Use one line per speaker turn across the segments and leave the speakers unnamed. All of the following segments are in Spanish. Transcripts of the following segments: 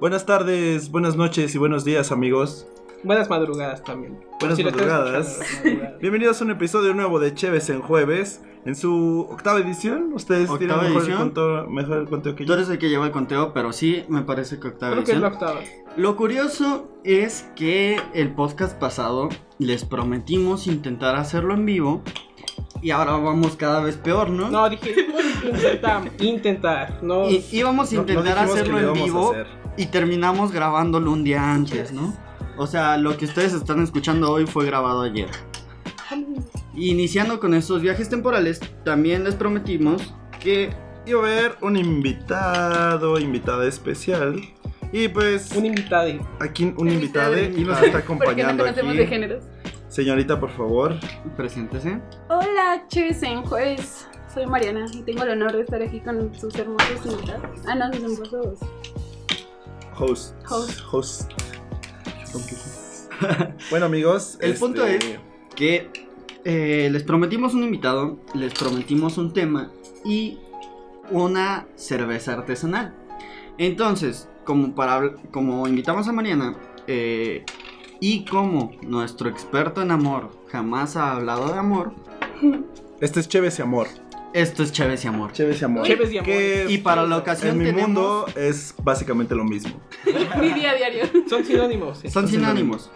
Buenas tardes, buenas noches y buenos días, amigos.
Buenas madrugadas también.
Buenas
Si lo estás
madrugadas.
escuchando, madrugadas.
Bienvenidos a un episodio nuevo de Cheves en Jueves. En su octava edición, ustedes tienen
¿Octava
mejor, el
edición?
conto- mejor el conteo que
Tú
yo.
eres el que lleva el conteo, pero sí me parece que octava
Creo que es
edición.
la octava.
Lo curioso es que el podcast pasado les prometimos intentar hacerlo en vivo y ahora vamos cada vez peor, ¿no?
No, dije, intentar, intentar, no.
Y íbamos a
No- no
intentar
dijimos que
hacerlo
lo
en
íbamos a
vivo
hacer.
y terminamos grabándolo un día antes, ¿no? O sea, lo que ustedes están escuchando hoy fue grabado ayer. Iniciando con estos viajes temporales, también les prometimos que
Iba a haber un invitado, invitada especial. Y pues,
Un invitado.
aquí un
Un
invitado
invitado.
y nos está
¿Por qué no
acompañando
conocemos de
aquí.
géneros?
Señorita, por favor.
preséntese.
Hola, Cheves en jueves. Soy Mariana y tengo el honor de estar aquí con sus hermosos invitados. Ah, no, sus hermosos.
Host.
Host.
Host. Bueno, amigos. este,
El punto es- que eh, les prometimos un invitado, les prometimos un tema y una cerveza artesanal. Entonces, como, para, habl- como invitamos a Mariana eh, y como nuestro experto en amor jamás ha hablado de amor,
Este es Cheves y Amor.
esto es Chávez y Amor.
Cheves y Amor.
Cheves y Amor.
Que
Y para la ocasión
en mi
tenemos-
mundo es básicamente lo mismo.
Mi día a diario.
Son sinónimos. eh. sí.
Son sinónimos.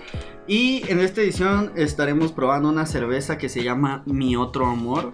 Y en esta edición estaremos probando una cerveza que se llama Mi Otro Amor.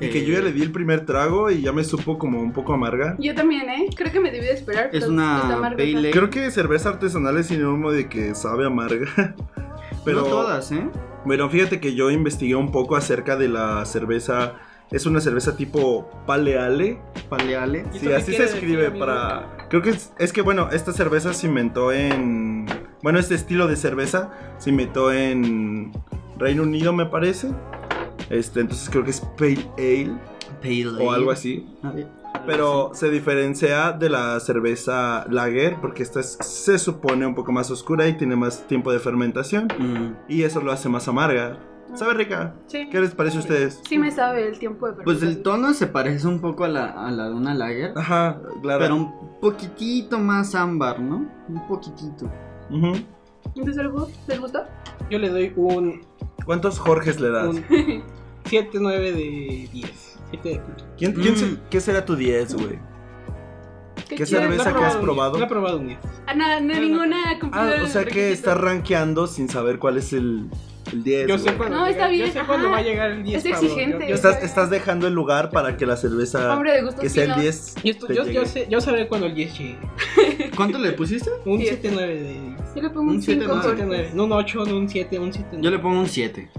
Y que yo ya le di el primer trago y ya me supo como un poco amarga.
Yo también, ¿eh? Creo que me debí de esperar.
Es
pero
una
está amargo.
Bailey.
Creo que cerveza artesanal es sinónimo de que sabe amarga. Pero
Pero no todas, ¿eh?
Bueno, fíjate que yo investigué un poco acerca de la cerveza. Es una cerveza tipo paleale.
Paleale.
¿Y eso
Sí,
qué
así se
quiere decir,
escribe
amigo?
para. Creo que es, es que bueno, esta cerveza se inventó en. Bueno, este estilo de cerveza se inventó en Reino Unido, me parece. Este, entonces creo que es pale ale
Pale
o
ale.
algo así. Pero se diferencia de la cerveza lager porque esta es- se supone un poco más oscura y tiene más tiempo de fermentación.
Mm,
Y eso lo hace más amarga. Sabe rica.
Sí.
¿Qué les parece a ustedes?
Sí me sabe el tiempo de
Pues el
todo
tono se parece un poco a la, a la de una lager,
Ajá, claro.
pero un poquitito más ámbar, ¿no? Un poquitito.
Ujú.
Entonces, ¿algo? ¿les gustó?
Yo le doy un,
¿Cuántos Jorges le das?
un 7, 9 de 10. 7 de 10.
¿Quién, quién se-
Mm.
¿Qué será tu 10, güey? ¿Qué
chido.
cerveza
La he
que has
un-
probado?
La he probado un 10.
Ah, no, no, ninguna cumplió
Ah, o
el
sea que
requisito.
está rankeando sin saber cuál es el, el 10.
Yo
güey.
sé cuándo
No,
llega-
está bien,
Yo sé cuándo va
ajá.
a llegar el 10.
Es
Pablo,
exigente.
yo- yo-
Estás, estás dejando el lugar para que la cerveza
Hombre de gustos
que sea el
finos.
10.
y esto-
te
yo, yo
llegue.
sé, yo sabré cuándo el 10 llegue.
¿Cuánto le pusiste?
Un
Siete.
7, 9 de 10.
Yo le pongo
Un
un
siete
5
más.
por...
Siete,
nueve, no un 8, no un 7, un 7.
Yo le pongo un 7.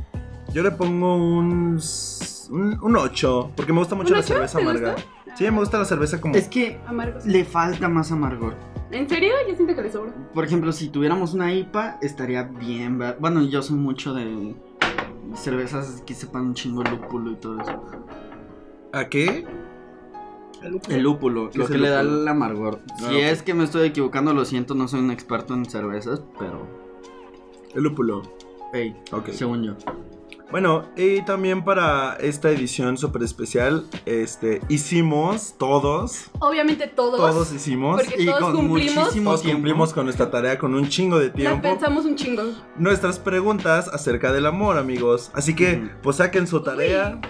Yo le pongo un, s- un, 8, porque me gusta mucho
¿Un
la
ocho?
cerveza
¿Te
amarga.
gusta?
Sí, me gusta la cerveza como...
Es que
Amargos.
le falta más amargor.
¿En serio? Yo siento que le sobra.
Por ejemplo, si tuviéramos una IPA, estaría bien. ver- Bueno, yo soy mucho de cervezas que sepan un chingo lúpulo y todo eso.
¿A qué?
El lúpulo,
¿Qué
lo
es
que
el
le da
lúpulo?
el amargor.
Ah,
Si
ok.
es que me estoy equivocando, lo siento, no soy un experto en cervezas, pero.
El lúpulo.
Hey,
Ok.
según yo.
Bueno, y también para esta edición súper especial, este, hicimos todos,
Obviamente todos.
todos hicimos,
Porque todos cumplimos.
todos
tiempo.
cumplimos con nuestra tarea con un chingo de
La
tiempo.
pensamos un chingo.
Nuestras preguntas acerca del amor, amigos. Así que,
Ujú.
pues saquen su tarea.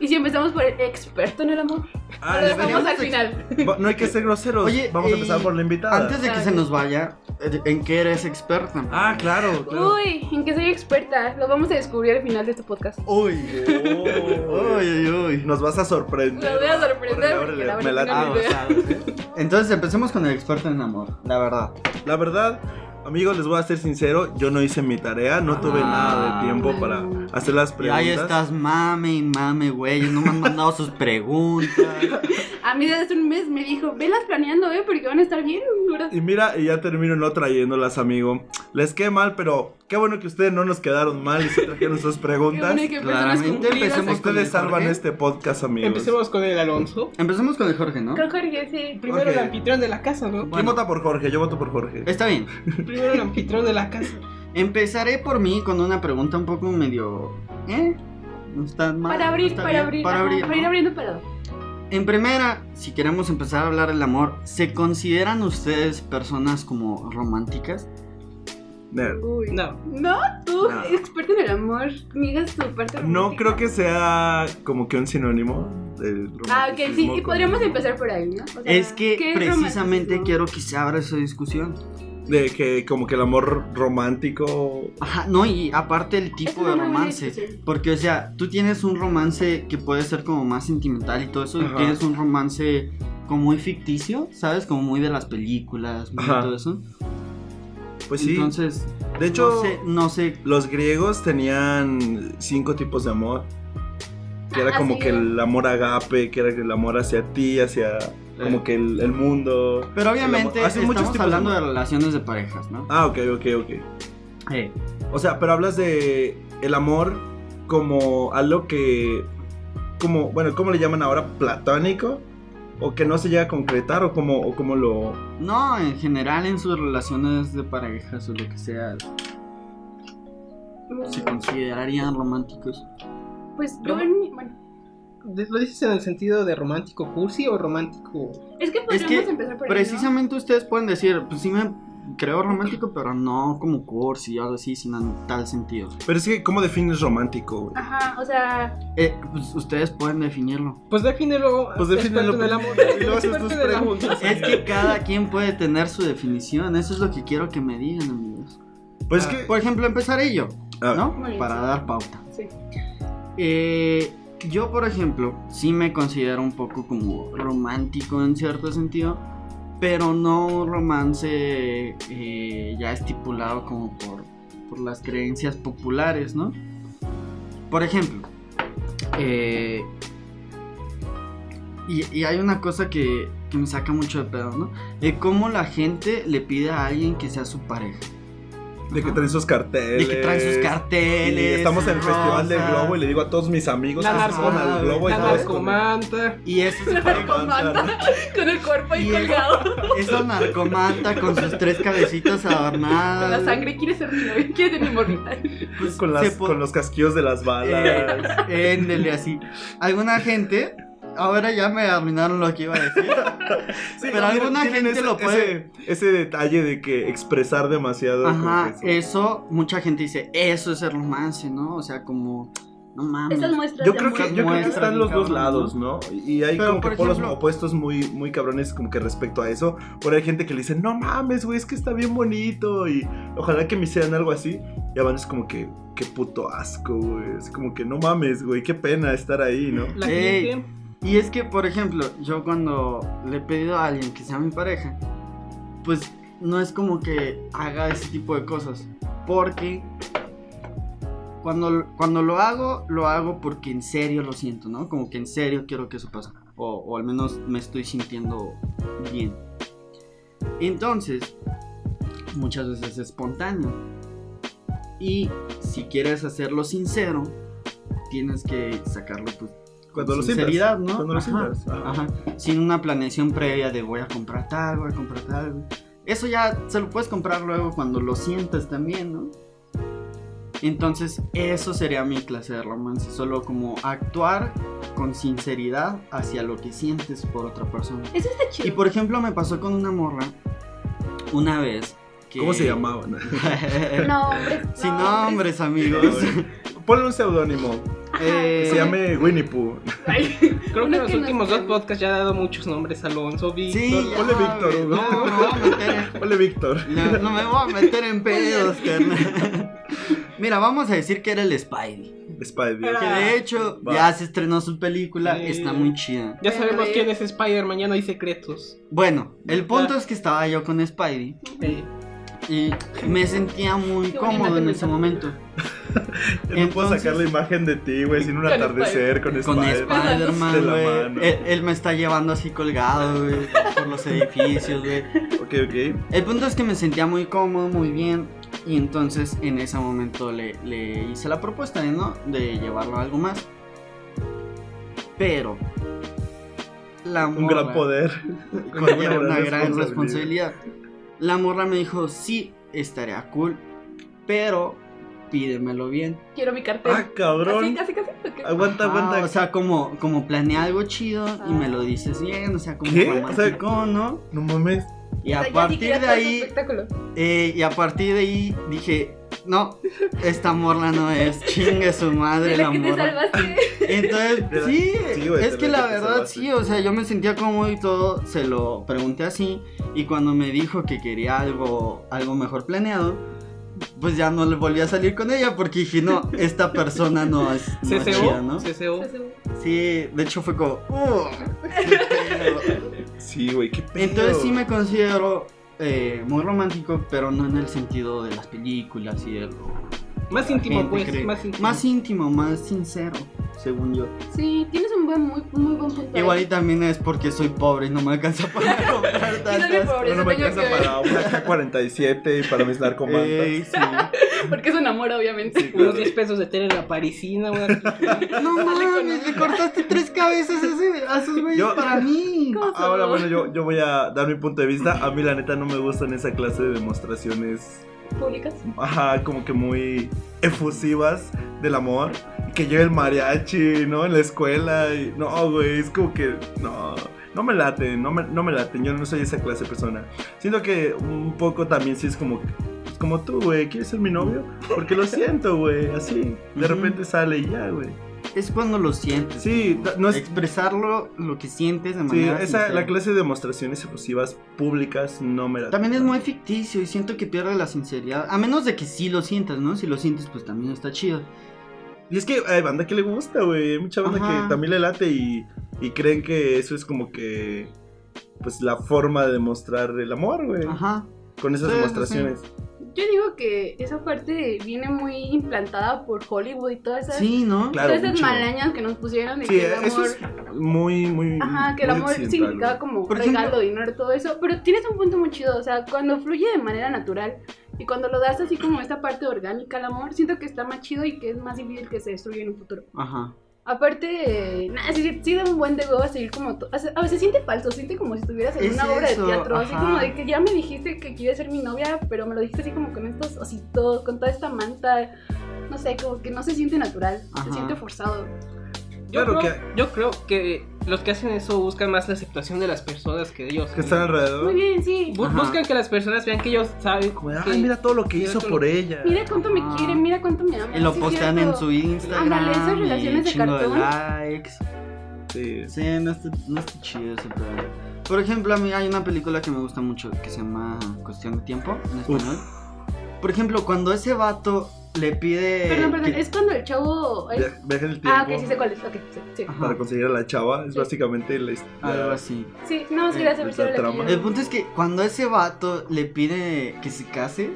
Y si empezamos por el experto en el amor,
Ah, ya
lo dejamos
teníamos-
al final.
Va- no hay que ser groseros.
Oye,
Vamos a empezar
ey,
por la invitada.
Antes de que se nos vaya, eh, ¿en qué eres experta?
Ah, claro, claro.
Uy, en qué soy experta. Lo vamos a descubrir al final de este podcast.
Uy,
Oh.
uy, uy, uy.
Nos vas a sorprender.
Los voy a
va.
sorprender
Órale,
porque la
órale,
verdad
me late.
no
Ah, osados, ¿eh? Entonces empecemos con el experto en amor, la verdad.
La verdad, amigos, les voy a ser sincero, yo no hice mi tarea, no tuve
Ah.
nada de tiempo para hacer las
Y
preguntas.
ahí estás, mame y mame, güey. No me han mandado sus preguntas.
A mí desde hace un mes me dijo, velas planeando, eh, porque van a estar bien duras.
Y mira, y ya termino no trayéndolas, amigo. Les quedé mal, pero qué bueno que ustedes no nos quedaron mal y se trajeron sus
Qué
preguntas.
bueno que personas
Claramente
cumplidas.
empecemos- con el
Ustedes salvan
Jorge.
este podcast, amigos.
Empecemos con el Alonso.
Empecemos con el Jorge, ¿no?
Creo que sí.
Primero
Ok.
el anfitrión de la casa, ¿no?
¿Quién
Bueno.
vota por Jorge? Yo voto por Jorge.
Está bien.
Primero el anfitrión de la casa.
Empezaré por mí con una pregunta un poco medio. ¿Eh? No está mal.
Para
no
abrir,
está
para
bien,
abrir.
Para
ajá,
abrir.
para ir
¿no?
abriendo para.
en primera, si queremos empezar a hablar del amor, ¿se consideran ustedes personas como románticas?
Nerd.
Uy.
No.
¿No? Tú,
No.
experto en el amor, niegas tu parte
No
romántica.
creo que sea como que un sinónimo del
Ah, ok, sí,
romanticismo
y podríamos
como-
empezar por ahí, ¿no? O sea,
es
¿qué
que precisamente
romanticismo?
quiero que se abra esa discusión.
De que como que el amor romántico...
Ajá, no, y aparte el
Es
tipo
una
de
muy buena
romance.
discusión.
Porque, o sea, tú tienes un romance que puede ser como más sentimental y todo eso, y
Ajá.
tienes un romance como muy ficticio, ¿sabes? Como muy de las películas, muy de
Ajá.
todo eso.
Pues sí,
Entonces,
de hecho...
no sé, no sé.
Los griegos tenían cinco tipos de amor. Que era
Ah,
como
sí.
que el amor agape, que era el amor hacia ti, hacia
Eh.
como que el, el mundo.
Pero obviamente
Hace muchos tipos
estamos
de
hablando de,
amor.
relaciones de parejas, ¿no?
Ah, ok, ok, ok. O sea, pero hablas de el amor como algo que. como, bueno, ¿cómo le llaman ahora? ¿Platónico? O que no se llega a concretar, o como, o como lo.
No, en general en sus relaciones de parejas o lo que sea,
Mm,
se considerarían románticos.
Pues yo en mi- Bueno,
¿Lo dices en el sentido de romántico cursi o romántico?
es que podríamos
que
empezar por ahí, ¿no?
Precisamente ustedes pueden decir, pues sí me creo romántico, pero no como cursi o algo así, sino en tal sentido.
Pero es que, ¿cómo defines romántico, güey?
Ah,
Ajá, o sea,
Eh, pues ustedes pueden definirlo.
Pues defínelo.
Pues defínelo
experto en el amor.
primero, y luego haces
Experto
tus
en el amor.
preguntas.
Es que cada quien puede tener su definición, eso es lo que quiero que me digan, amigos.
Pues
Ah,
es que.
Por ejemplo, empezaré yo,
a ver,
¿no?
Muy bien,
Para
sí.
dar pauta.
sí.
Eh, yo, por ejemplo, sí me considero un poco como romántico en cierto sentido, pero no un romance eh, ya estipulado como por, por las creencias populares, ¿no? Por ejemplo, eh, y, y hay una cosa que, que me saca mucho de pedo, ¿no? De cómo la gente le pide a alguien que sea su pareja.
De que
Ajá.
traen sus carteles.
De que traen sus carteles.
Y estamos en el Festival del
rosas.
Globo y le digo a todos mis amigos
La
que se suban al
narcomanta,
globo y
La
se vayan con él.
narcomanta.
Y eso se
Narcomanta,
Con el cuerpo ahí
Y-
colgado,
Esa narcomanta con sus tres cabecitas adornadas.
con la sangre, quiere ser mi novia, quiere ser mi morrita.
Pues,
Con,
se
las,
po-
con los casquillos de las balas.
Eh, éndele así. Alguna gente. Ahora ya me arruinaron lo que iba a decir.
Sí,
pero
tienen-
alguna
tienen
gente
ese-
lo puede-
Ese, ese detalle de que expresar demasiado. como
Ajá,
que eso.
eso. Mucha gente dice, eso es el romance, ¿no? O sea, como. No mames.
Esas muestras
Yo
de
creo
amor.
que, yo creo que
Muestra
están
bien
los dos
cabrón,
lados, ¿no? Y y hay
Pero,
como que
por
polos
ejemplo-
opuestos muy, muy cabrones como que respecto a eso. Pero hay gente que le dice, no mames, güey, es que está bien bonito. Y ojalá que me hicieran algo así. Y van es como que, qué puto asco, güey. Es como que no mames, güey, qué pena estar ahí, ¿no?
La
Ey.
gente.
Y es que, por ejemplo, yo cuando le he pedido a alguien que sea mi pareja, pues no es como que haga ese tipo de cosas. Porque cuando, cuando lo hago, lo hago porque en serio lo siento, ¿no? Como que en serio quiero que eso pase. O, o al menos me estoy sintiendo bien. Entonces, muchas veces es espontáneo. Y si quieres hacerlo sincero, tienes que sacarlo pues,
Cuando lo sientas.
sinceridad, ¿no?
Cuando lo
Ajá,
sientas. Ah. Ajá.
ajá. Sin una planeación previa de voy a comprar tal, voy a comprar tal. güey. Eso ya se lo puedes comprar luego cuando lo sientas también, ¿no? Entonces, eso sería mi clase de romance. Solo como actuar con sinceridad hacia lo que sientes por otra persona.
Eso está chido.
Y por ejemplo, me pasó con una morra una vez. que-
¿Cómo se llamaban?
No, hombre.
Sin
no, hombre.
nombres, amigos.
Ponle un seudónimo.
Eh,
Que se llame Winnie Pooh.
Ay,
Creo que
Uno
en los
que nos
últimos dos
llame.
podcasts ya ha dado muchos nombres. Alonso, Víctor.
Sí, ya,
Ponle Víctor,
güey,
¿no?
No, no, me voy a meter en-
Ponle Víctor.
No, no me voy a meter en pedos, carnal. Mira, vamos a decir que era el Spidey.
Spidey.
Que de hecho
Ah, Va.
ya se estrenó su película,
Sí.
está muy chida.
Ya sabemos
Bebé.
quién es Spider-Man, ya no hay secretos.
Bueno, el punto es que estaba yo con Spidey
Ey,
y me sentía muy
Qué buena
cómodo en
imagen
ese
mental.
momento.
Yo no puedo
Entonces-
sacar la imagen de ti, güey, sin un
Con
atardecer con
Con
Spidey. De
Spider-Man,
la
güey.
mano.
Él, él me está llevando así colgado, güey, por los edificios, güey.
Ok, ok.
El punto es que me sentía muy cómodo, muy bien. Y entonces en ese momento le, le hice la propuesta, ¿no? De llevarlo a algo más. Pero... La
Un gran
morra
poder.
Conlleva una gran responsabilidad. La morra me dijo, sí, estaría cool. Pero pídemelo bien.
Quiero mi cartel.
Ah, cabrón.
Así, casi, casi. ¿o qué?
Aguanta, aguanta.
Ah, o sea, como, como planea algo chido y
Ah.
me lo dices bien, o sea, como
¿Qué?
romanticón, ¿no?
no mames.
Y
O
a
sea, ya ni
partir
quería
de
hacer su
ahí,
espectáculo.
eh, y a partir de ahí dije, no, esta morla no es, chingue su madre
De
la
la que te
morla.
salvaste.
Entonces,
De la-
sí,
sí, güey,
es
de
que
la
la
que te
verdad
salvaste.
sí, o sea, yo me sentía cómodo y todo, se lo pregunté así, y cuando me dijo que quería algo, algo mejor planeado, pues ya no le volví a salir con ella porque dije, no, esta persona no es, no
Se
es
cebó,
chida, ¿no?
se cebó.
Sí, de hecho fue como, "Uh, qué pedo".
Sí, güey, qué pedo.
Entonces sí me considero eh, muy romántico, pero no en el sentido de las películas y de lo-
Más
la
íntimo,
gente
pues,
cree.
más íntimo.
Más íntimo, más sincero, según yo.
Sí, tienes un buen, muy, muy buen punto. ahí.
Igual y también es porque soy pobre y no me alcanza para comprar
Y también
tantas.
por
No,
eso
no me
tengo
alcanza
que ver,
para una K-47 y para mis narcomantas.
Ey, sí.
Porque es un amor, obviamente.
Sí, claro.
Unos 10 pesos de tela en la parisina, güey.
No
Sale con
mames, le cortaste tres cabezas a, ese- a esos güeyes
Yo-
para mí.
¿Cómo? pasó?
Ah, Ahora, bueno, yo, yo voy a dar mi punto de vista. A mí, la neta, no me gustan esa clase de demostraciones,
Públicas.
ajá, como que muy efusivas del amor. Que lleve el mariachi, ¿no? En la escuela. Y, no, güey, es como que, no, no me late, no me, no me late. Yo no soy esa clase de persona. Siento que un poco también sí es como, es como tú, güey, ¿quieres ser mi novio? Porque lo siento, güey, así. De
Ujú.
repente sale y ya, güey.
Es cuando lo sientes.
Sí,
¿no?
no es-
expresarlo lo que sientes de
Sí,
manera.
esa,
sincera.
la clase de demostraciones efusivas públicas no me la
También es muy ficticio y siento que pierde la sinceridad. A menos de que sí lo sientas, ¿no? Si lo sientes, pues también está chido.
Y es que hay banda que le gusta, güey. Hay mucha banda
Ajá.
que también le late y, y creen que eso es como que. Pues la forma de demostrar el amor, güey.
Ajá.
Con esas
Sí, sí,
demostraciones.
Yo digo que esa parte viene muy implantada por Hollywood y todas esas,
Sí, ¿no?
Claro,
todas esas
mucho.
malañas que nos pusieron de
Sí,
que el
eso
amor.
es muy, muy.
Ajá, que el
muy
amor
occidental,
significaba
güey.
como
Por ejemplo-
regalo, dinero, todo eso. Pero tienes un punto muy chido, o sea, cuando fluye de manera natural y cuando lo das así como esta parte orgánica al amor, siento que está más chido y que es más difícil que se destruya en un futuro.
Ajá.
Aparte, eh, nada, sí, sí da un buen de huevo seguir como... to- o sea, A veces siente falso, siente como si estuvieras en
Es
una obra
eso,
de teatro, así
ajá.
como de que ya me dijiste que quieres ser mi novia, pero me lo dijiste así como con estos ositos, con toda esta manta, no sé, como que no se siente natural,
Ajá.
se siente forzado.
Yo,
Claro
creo, yo creo que los que hacen eso buscan más la aceptación de las personas que de ellos.
Que están alrededor.
Muy bien, sí.
Bu-
Ajá.
Buscan que las personas vean que ellos saben.
Como,
que-
ay, mira todo lo que
Mira
hizo
todo
por
lo-
ella.
Mira cuánto me
Ajá.
quiere, mira cuánto me ama.
Y lo
sí es
postean en
cierto.
su Instagram.
Ándale, esas
y
relaciones de
chingo
cartón.
likes.
Sí.
Sí, no está, no está chido ese pedo. Por ejemplo, a mí hay una película que me gusta mucho que se llama Cuestión de Tiempo en español. Por ejemplo, cuando ese vato le pide.
Perdón, perdón,
que-
es cuando el chavo... el-
Via- Viaja en el tiempo.
Ah, ok, sí sé cuál es, ok, sí, sí.
Ajá.
Para conseguir a la chava. Es
Sí.
básicamente la, hist-
Algo
la-
así.
Sí, no, sí,
Eh,
gracias por
esa
ser la
trama.
que yo-
El punto es que cuando ese vato le pide que se case.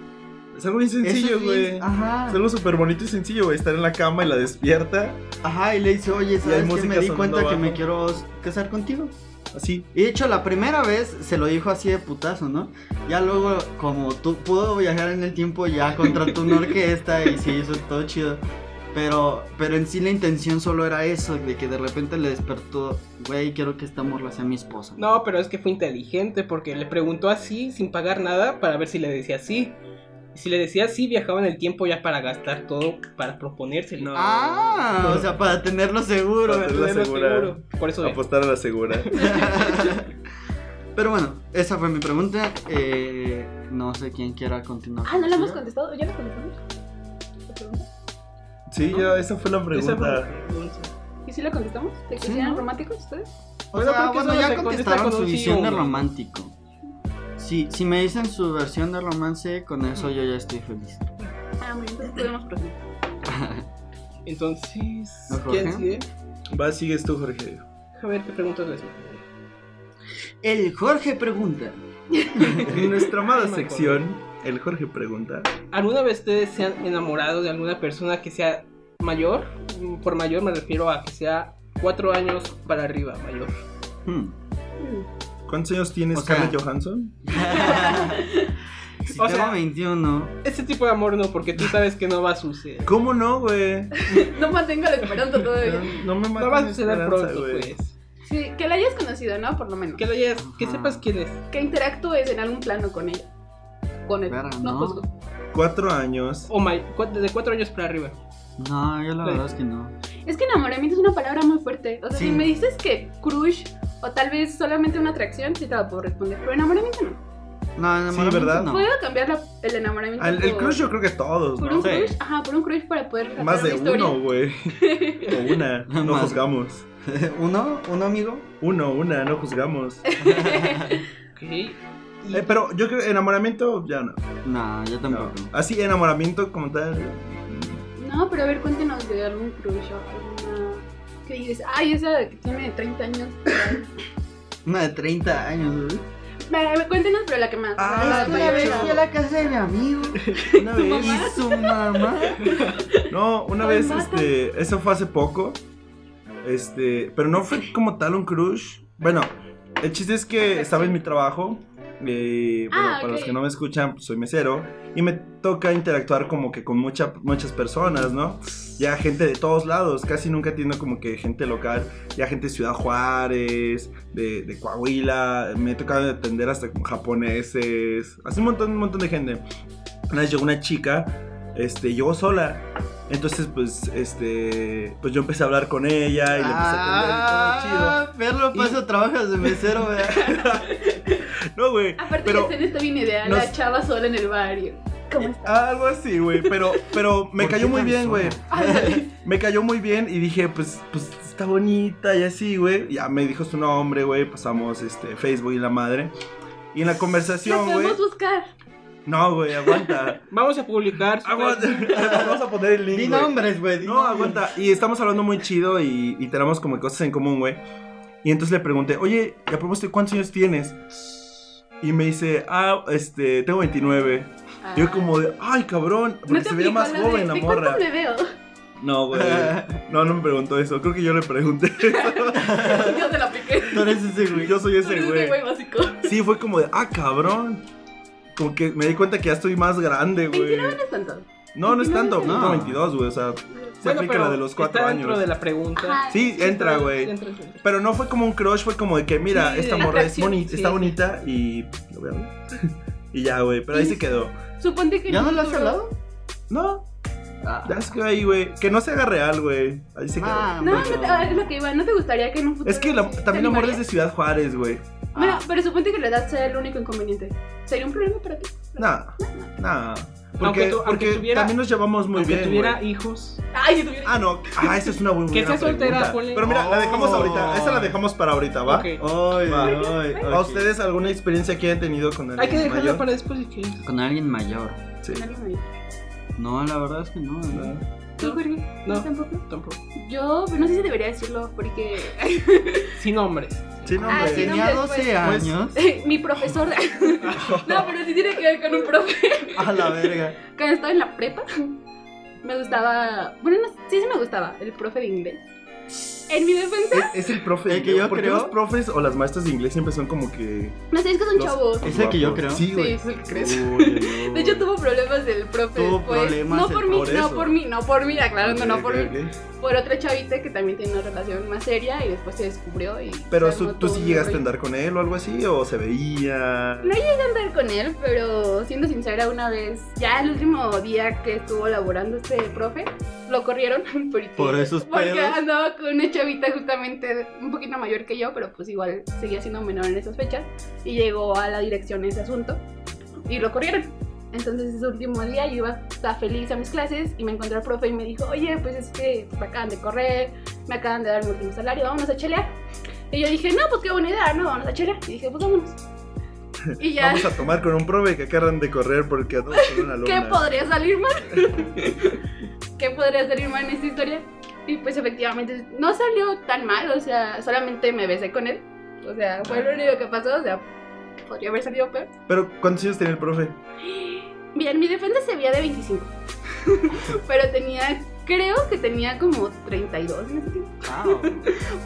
Es algo bien
eso
sencillo,
es
güey.
bien- Ajá.
Es algo súper bonito y sencillo, güey. Estar en la cama y la despierta.
Ajá, y le dice, oye,
hay
¿sabes que
música
me di
sonando
cuenta que me
abajo.
quiero casar contigo?
Así.
Y de hecho, la primera vez se lo dijo así de putazo, ¿no? Ya luego, como tú pudo viajar en el tiempo, ya contrató una orquesta y se hizo todo chido. Pero, pero en sí la intención solo era eso, de que de repente le despertó, güey, quiero que esta morla sea mi esposa.
No, pero es que fue inteligente porque le preguntó así, sin pagar nada, para ver si le decía sí. Y Si le decía sí, viajaba en el tiempo ya para gastar todo, para proponérselo.
No.
Ah, o sea, para tenerlo seguro.
Para tenerlo
Tenerlo
segura.
seguro. Por eso.
Apostar a la segura.
Pero bueno, esa fue mi pregunta. Eh, no sé quién quiera continuar.
Ah, no la hemos
¿Sí?
contestado, ¿ya la contestamos? ¿La pregunta?
Sí, ya, esa fue la
Esa fue la
pues, pregunta.
pregunta.
¿Y si la contestamos? ¿De que
Sí,
eran
¿no?
románticos ustedes?
O
Bueno,
sea,
creo que
bueno,
solo
ya
se contesta
contestaron
con
su
un sí
visión
o
de
no.
romántico. Si, si me dicen su versión de romance, con eso yo ya estoy feliz.
Ah, muy bien, entonces podemos proseguir.
Entonces,
¿No, Jorge?
¿quién sigue?
Va, sigues tú, Jorge.
A ver qué preguntas les
El Jorge pregunta.
En nuestra amada
Me acuerdo.
sección, el Jorge pregunta.
¿Alguna vez ustedes se han enamorado de alguna persona que sea mayor? Mm, Por mayor me refiero a que sea cuatro años para arriba, mayor.
Hmm.
Mm.
¿Cuántos años tiene
O sea-
Scarlett Johansson?
si
O
tengo
sea-
21,
Ese Este tipo de amor no, porque tú sabes que no va a suceder.
¿Cómo no, güey?
No mantengo la esperanza
No,
todavía.
no me mates
No va a
mi
suceder
esperanza,
pronto,
güey.
pues.
Sí, que la hayas conocido, ¿no? Por lo menos.
Que, lo hayas- que
Ajá.
sepas quién es.
Que interactúes en algún plano con ella. Con él.
Verga,
no
¿no?
juzgo.
cuatro años.
O may- cua- desde cuatro años para arriba.
No, yo la
Sí.
verdad es que no.
Es que enamoramiento es una palabra muy fuerte. O sea,
Sí.
si me dices que crush o tal vez solamente una atracción, sí te la puedo responder. Pero enamoramiento no.
No, enamoramiento
¿verdad?
No.
Puedo cambiar la- el enamoramiento
Al- el
por,
crush yo creo que todos,
por
¿no?
un
Sí.
crush. Ajá, por un crush para poder relatar
Más de
una historia.
uno, güey. O una. No
Más.
juzgamos.
¿Uno? ¿Uno amigo?
Uno, una, no juzgamos.
Ok. Y-
Eh, pero yo creo que enamoramiento ya no.
No, yo
No.
tampoco.
Así, enamoramiento como tal.
No, pero a ver, cuéntenos de algún crush o alguna... Que dices, ay, esa que tiene 30 años.
Una de 30 años, güey.
Ve, ve, Cuéntenos, pero la que más.
Ah,
La
de
más
hecho.
culera.
a la casa de mi amigo
Una
¿Tu
vez.
mamá?
y su mamá.
No, una
Ay,
vez,
mata.
este, eso fue hace poco. Este, pero no fue como tal un crush. Bueno, el chiste es que estaba en mi trabajo. eh, bueno,
Ah,
para los
ok.
que no me escuchan, pues, soy mesero. Y me toca interactuar como que con mucha- muchas personas, ¿no? Ya gente de todos lados. Casi nunca atiendo como que gente local. Ya gente de Ciudad Juárez, de, de Coahuila. Me he tocado atender hasta como japoneses. Así un montón, un montón de gente. Una vez llegó una chica, este, llegó sola. Entonces, pues, este, pues yo empecé a hablar con ella y le empecé a atender y todo
Ah, perro, paso, trabajas de mesero, güey.
chido. No, güey.
Aparte
Pero-
que está bien ideal,
nos-
la chava sola en el barrio. ¿Cómo está?
Algo así, güey. Pero, pero me
¿Por
cayó
qué
muy
tan
bien,
sola?
güey. Me cayó muy bien y dije, pues, pues está bonita y así, güey. Ya me dijo su nombre, güey. Pasamos este Facebook y la madre. Y en la
La
conversación, güey.
podemos buscar.
No, güey, aguanta.
Vamos a publicar. su-
aguanta. Vamos a poner el link.
Di
güey.
nombres, güey. di
No,
nombres.
aguanta. Y estamos hablando muy chido y, y tenemos como cosas en común, güey. Y entonces le pregunté, oye, y a propósito, ¿cuántos años tienes? Y me dice, ah, este, tengo 29. Y yo como de, ay, cabrón, porque se veía
Ah. aplicó
más
la de,
joven la
"¿De
morra.
cuánto me veo?
No, güey. No, no me preguntó eso. Creo que yo le pregunté.
Yo te la apliqué.
Tú eres ese, güey.
yo soy
Tú
ese
eres
güey.
un güey básico.
Sí, fue como de, ah, cabrón. Como que me di cuenta que ya estoy más grande, güey.
29 no es tanto.
No, no es
29
tanto.
no.
No, 22, güey. O sea, se
Bueno,
aplica
pero
la de los cuatro
está
años.
dentro de la pregunta.
Ajá.
Sí, entra, güey.
Entra, entra.
Pero no fue como un crush, fue como de que, mira,
Sí,
esta morra es
atracción,
bonita,
sí.
está bonita y. lo voy a hablar. y ya, güey. Pero ahí
Y-
se quedó.
Suponte que.
¿Ya
en
no
un
lo has
futuro-
hablado?
No,
Ah.
ya se quedó ahí, güey. Que no se haga real, güey. Ahí se quedó.
Ah,
No, no
bueno.
te, ah, es lo que iba. ¿No te gustaría que en un futuro.
es que la-
te
también la morra es de
animarías?
Ciudad Juárez, güey.
Ah.
Bueno, pero suponte que la edad sea el único inconveniente. ¿Sería un problema para ti?
Nah, nah.
Aunque
Porque,
tu- aunque
porque
tuviera-
también nos llevamos muy
Aunque
bien.
tuviera
güey.
hijos.
Ay, si tuviera.
Ah, no. Ah, esa es una muy
Que
buena
sea soltera,
pregunta.
ponle-
Pero mira, la dejamos
Oh.
ahorita. Esa la dejamos para ahorita, ¿va?
Ok.
Ay,
Va.
ay, ay.
¿A ustedes alguna experiencia que hayan tenido con alguien
Hay que dejarla
mayor?
para después. si quieres.
Con alguien mayor.
Sí.
No, no, no.
No, la verdad es que no. güey.
¿Tú, Jorge?
No.
¿Tampoco?
Tampoco.
Yo no sé si debería decirlo porque
Sin nombres.
Sí, no,
Ah,
hombre.
sí, no.
Tenía
pues,
12
pues.
años.
mi profesor. no, pero sí tiene que ver con un profe.
A la verga.
Cuando estaba en la prepa, me gustaba. Bueno, no, sí, sí me gustaba el profe de inglés. En mi defensa,
Es, es el profe.
El que yo
¿Por qué
creo-
los profes o las maestras de inglés siempre son como que.
no sé, es que son
¿Eh? Los-
chavos.
¿Es el que yo creo?
Sí,
Sí,
güey.
es el que crees.
Uy, uy, uy.
De hecho, tuvo problemas el profe
Tuvo
después.
problemas
no
el-
por mí,
por
no
eso.
por mí, no por mí, aclarando, no
Ok,
por
ok,
mí.
ok.
Por otra chavita que también tiene una relación más seria y después se descubrió y.
Pero
se
su-
armó
tú
todo
sí
un
llegaste a
rollo.
andar con él o algo así, o se veía.
No andar con él, pero siendo sincera, una vez, ya el último día que estuvo laborando este profe, lo corrieron porque,
Por esos
porque
pedos.
andaba con una chavita justamente un poquito mayor que yo, pero pues igual seguía siendo menor en esas fechas y llegó a la dirección ese asunto y lo corrieron. Entonces ese último día yo iba hasta feliz a mis clases y me encontré al profe y me dijo, oye, pues es que me acaban de correr, me acaban de dar mi último salario, vámonos a chelear. Y yo dije, no, pues qué buena idea, no, vámonos a chelear. Y dije, pues vámonos. Y ya.
Vamos a tomar con un profe que acaban de correr porque a todos con una
¿Qué
alumna.
podría salir mal? ¿Qué podría salir mal en esta historia? Y pues efectivamente no salió tan mal, o sea, solamente me besé con él. O sea, fue
Ah.
lo único que pasó, o sea, podría haber salido peor.
Pero, ¿cuántos años tenía el profe?
Bien, mi defensa se veía de 25. Pero tenía, creo que tenía como 32 en ese tiempo.
Wow.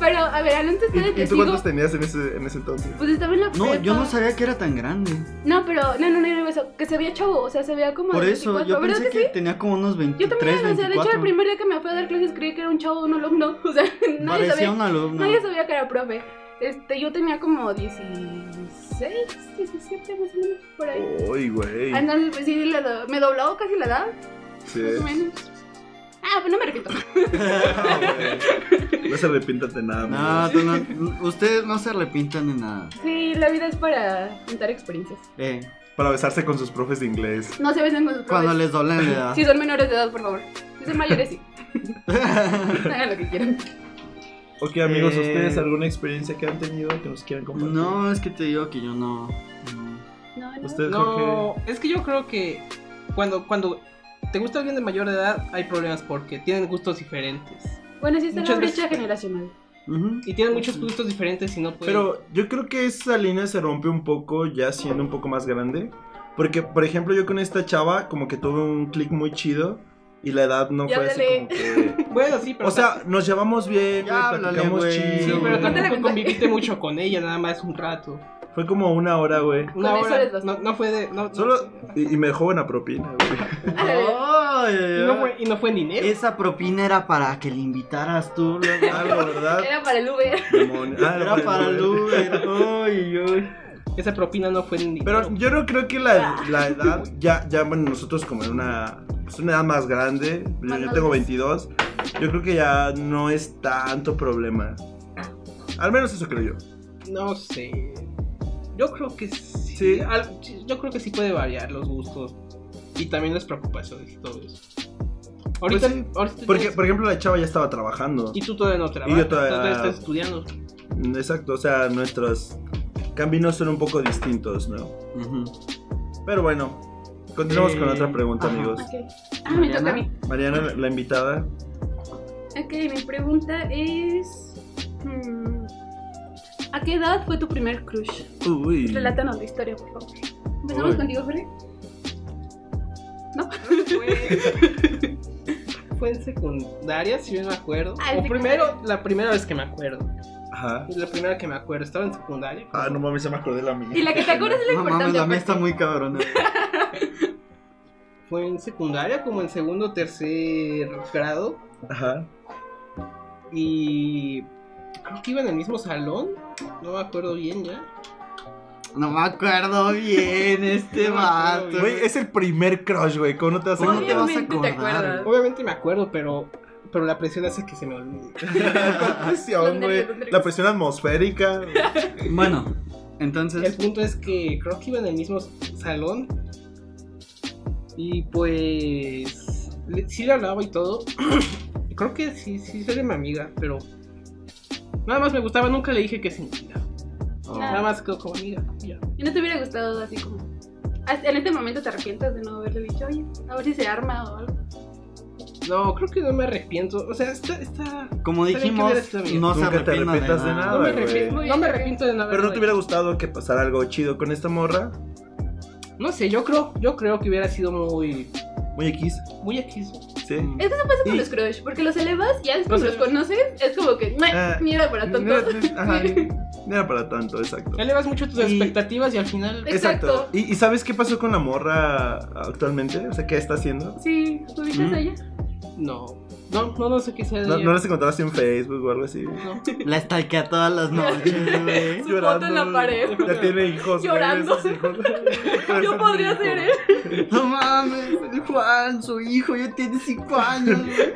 Pero, a ver, antes
¿Y,
de
y tú
testigo,
cuántos tenías en ese, en ese entonces?
pues estaba en la
No, yo no
prepa.
sabía que era tan grande.
No, pero, no, no, no, no, eso, que se veía chavo, o sea, se veía como
Por
de
eso,
24,
yo
¿verdad
pensé
que
que, tenía como unos
Yo
23,
también, o sea, de hecho
24.
el primer día que me fue a dar clases creí que era un chavo, un alumno, o sea, nadie
Parecía
sabía,
un alumno.
nadie sabía que era profe. Este, yo tenía como 16, 17 más o menos por ahí.
Uy, güey.
Ah, no, pues sí, la do- me dobló casi la edad,
Sí.
más o menos. Ah, pues no me repito.
Ah, güey. No se arrepientan de nada,
No,
amigos.
tú no- ustedes no se arrepientan de nada.
Sí, la vida es para juntar experiencias.
Eh,
Para besarse con sus profes de inglés.
No se besen con sus
cuando
profes.
les doble la edad.
Si son menores de edad, por favor. Si son mayores, sí. Hagan lo que quieran.
Ok, amigos,
Eh.
¿ustedes alguna experiencia que han tenido que nos quieran compartir?
No, es que te digo que yo no. no.
No, no.
Usted-
No, es que yo creo que cuando, cuando te gusta alguien de mayor edad hay problemas porque tienen gustos diferentes.
Bueno, sí está
Muchas
la brecha
veces-
generacional.
Ujú.
Y tienen muchos gustos diferentes y no
Pues,
pueden...
Pero yo creo que esa línea se rompe un poco ya siendo un poco más grande. Porque, por ejemplo, yo con esta chava como que tuve un clic muy chido y la edad no
Ya
fue así
háblale.
como que...
Bueno, sí, pero...
O sea, nos llevamos bien,
Ya
güey,
háblale,
platicamos
güey.
chido.
Sí, pero
güey.
Cuéntale
tampoco
con-
conviviste mucho con ella, nada más un rato.
Fue como una hora, güey.
Una
Con eso
hora.
les bastó.
No, no fue de. No, no-
Solo... Y, y me dejó buena propina, güey.
y no
Ay, ay,
eh,
ay.
pues,
fue, y no fue en dinero.
Esa propina era para que le invitaras tú. luego.
Ah, la verdad.
Era para el Uber.
demonio. Ah,
Era para el
güey.
Uber. Ay, ay.
Esa propina no fue en dinero.
Pero yo no creo que la, la edad, ya, ya, bueno, nosotros como en una, pues una edad más grande, yo,
Más
yo tengo
madurez.
22, yo creo que ya no es tanto problema. Al menos eso creo yo.
Pues
No sé. Yo creo que sí.
Sí.
Al- yo creo que sí puede variar los gustos. Y también las preocupaciones y todo eso. Ahorita.
Pues sí,
ahorita tú
Porque,
tienes-
por ejemplo, la chava ya estaba trabajando.
y tú todavía no trabajas.
todavía-
estás estudiando.
Mm, Exacto, o sea, nuestros caminos son un poco distintos, ¿no?
Ujú.
Pero bueno, continuamos
Eh,
con otra pregunta,
ajá.
amigos.
Ok. Ah, me toca a mí.
Mariana, la invitada.
Ok, mi pregunta es. hmm, ¿A qué edad fue tu primer crush?
Uy.
Relátanos la historia, por favor. Empezamos
Uy.
contigo, Jorge.
Fue- Fue en secundaria, si bien me acuerdo.
Ah, en
o primero, la primera vez que me acuerdo.
Ajá.
La primera que me acuerdo. Estaba en secundaria.
Ah, no mames, ya me acordé la mía.
Y la que te acuerdas es la
No mames,
importante.
la mía
pues.
está muy cabrona.
Fue en secundaria, como en segundo o tercer grado.
Ajá.
Y creo que iba en el mismo salón. No me acuerdo bien ya.
No me acuerdo bien este
No me acuerdo
vato.
bien.
Güey, es el primer crush, güey. ¿Cómo no te vas a
¿Cómo
acordar?
no te vas a
Obviamente te
acordar?
acuerdas.
Obviamente me acuerdo, pero, pero la presión hace que se me olvide.
¿Cuál presión,
Los
güey?
nervios, los nervios.
La presión atmosférica. eh,
Bueno,
El
entonces.
punto es que creo que iba en el mismo salón. Y pues. le- sí le hablaba y todo. creo que sí, sí, soy de mi amiga, pero. Nada más me gustaba, nunca le dije que sí.
oh,
Nada.
Nada más quedó como amiga. y ya.
¿Y no te hubiera gustado así como.? hasta En este momento te arrepientas de no haberle dicho, oye, a ver si se arma o algo.
No, creo que no me arrepiento. O sea, está. está...
Como
Está bien que
dijimos,
hubiera sido bien.
no se
Nunca te
arrepientan de
arrepientas de
nada.
nada,
No me,
güey.
arrepiento,
Muy
no me
bien.
arrepiento de nada.
Pero no te hubiera gustado que pasara algo chido con esta morra.
No sé, yo creo, yo creo que hubiera sido muy.
Muy X,
Muy X.
sí.
Es que eso pasa con
Y-
los crush, porque los elevas y ya después
Los
los conoces, es como que, "Meh,
Ah,
eh,
mierda para
No
tanto.
era, ajá, no era para tanto, exacto.
Elevas mucho tus
Y-
expectativas y al final.
Exacto.
¿Y, y sabes qué pasó con la morra actualmente? O sea, ¿qué está haciendo?
Sí, ubicas
Mm.
a ella.
No. No, no, no sé qué sea de
¿No,
ella.
no las encontraste en Facebook o algo así?
No.
La stalkea todas las noches, güey.
Su foto en la pared.
Ya tiene hijos. güey,
Llorando.
esos hijos. Esos
Yo podría
hijos.
ser ¿eh? él.
No mames, el Juan, su hijo, ya tiene 5 años, güey.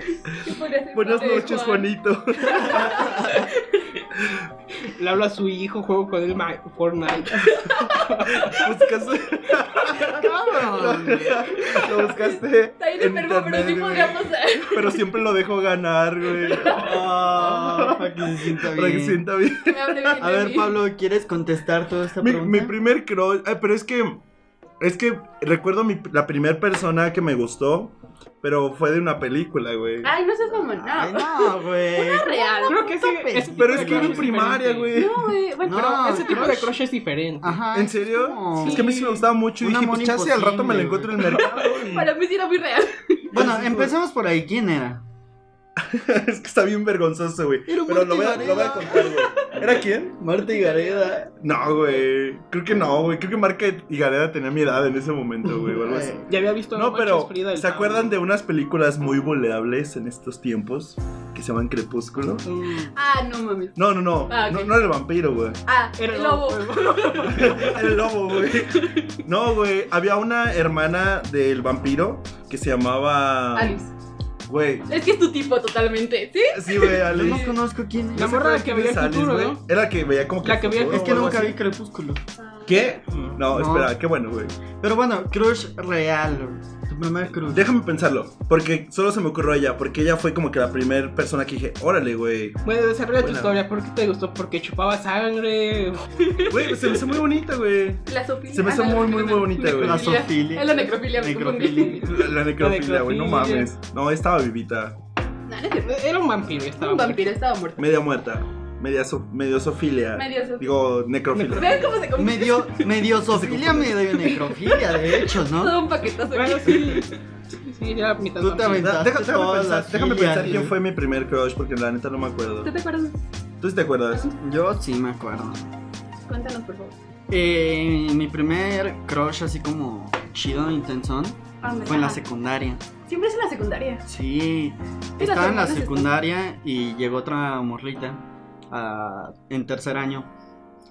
Yo podría ser
Buenas
parte de
noches,
Juan.
Juanito.
Le hablo a su hijo, juego con él Ma- Fortnite.
Buscas-
Cabrón, güey.
Lo buscaste.
Está bien
en
enfermo, pero sí
internet,
podría
güey.
pasar.
Pero siempre lo dejo ganar, güey.
Ah, para que se sienta
Para que
bien.
sienta bien.
Que me hable bien
A
de
ver,
mí.
Pablo, ¿quieres contestar toda esta
Mi,
pregunta?
mi primer crush. ay, pero es que. Es que recuerdo mi- la primera persona que me gustó. Pero fue de una película, güey.
Ay, no seas como, no.
Ay, no, güey.
real.
Creo que ese,
Pero
ese tipo
Pero
de
es que era en
crush
primaria,
diferente.
güey.
No, güey. Bueno,
No.
Ese tipo de
crush.
crush es diferente.
Ajá.
¿En serio?
como-
Es que a mí sí me gustaba mucho. Y
Ah, Un
dije,
amor
pues chance, al rato me la encuentro
imposible,
en el mercado.
pero
y-
para mí sí era muy real.
Bueno, empecemos por ahí. ¿Quién era?
es que está bien vergonzoso, güey.
Era un
Pero lo voy, a,
Marta y
lo voy a
Gareda.
contar, güey. ¿Era quién?
Marta y Gareda.
No, güey. Creo que no, güey. Creo que Marca y Gareda tenía mi edad en ese momento, güey. o
Eh,
algo así.
Ya había visto
Eh, No,
Noche
pero
Esprida del
¿se acuerdan de unas películas muy vulnerables en estos tiempos que se llaman Crepúsculo?
Pablo. Mm.
Ah, no mames.
No, no, no.
Ah, ok.
No, no era el vampiro, güey.
Ah,
Era
el lobo.
Era el lobo, güey. No, güey. Había una hermana del vampiro que se llamaba.
Alice.
Güey.
Es que es tu tipo totalmente, ¿sí?
Sí, güey,
Yo
Alice.
no conozco quién es.
La morra
acuerdan
que
quién
veía
es
el
Alice,
futuro,
güey?
¿no?
Era que veía como que.
La que veía-
futuro
es
Es
o
que
algo
nunca
así.
vi Crepúsculo.
¿Qué?
Mm.
No,
No.
espera, qué bueno, güey.
Pero bueno, crush real. güey. Tu primer crush.
Déjame pensarlo, porque solo se me ocurrió ella, porque ella fue como que la primera persona que dije, órale, güey.
Bueno, desarrolla tu
Buena.
historia. ¿Por qué te gustó? Porque chupaba sangre.
Güey, se me hizo muy bonita, güey.
La Sofía.
Se me hizo
Ah, no,
muy, muy, muy bonita, güey.
La
necrofilia.
zoofilia.
Es la necrofilia, me
Necrofilia.
confundí.
La, la necrofilia, güey, no
necrofilia.
mames. No, estaba vivita,
No, no es cierto.
Era un vampiro, estaba
Un vampiro estaba muerto.
media muerta, media so- medio sofilia.
Medio Sofía.
Digo, necrofilia.
¿Ven cómo se confunde?
Medio, medio zoofilia, medio necrofilia, de hecho, ¿no?
Todo un paquetazo.
muerto. Bueno,
aquí.
sí. Sí, sí, era mitad
Tú
vampiro.
también.
Da- deja- déjame
Todas
pensar,
las
déjame
filias,
pensar quién
güey.
fue mi primer crush, porque la neta no me acuerdo.
¿Tú te acuerdas?
¿Tú sí te acuerdas?
Yo sí me acuerdo.
Cuéntanos, por favor.
Eh, mi primer crush así como chido, intensón,
¿A dónde?
fue en la
Ah,
secundaria.
Siempre es en la secundaria.
Sí,
las
estaba en la
hermanas están-
secundaria y llegó otra morrita ah, en tercer año.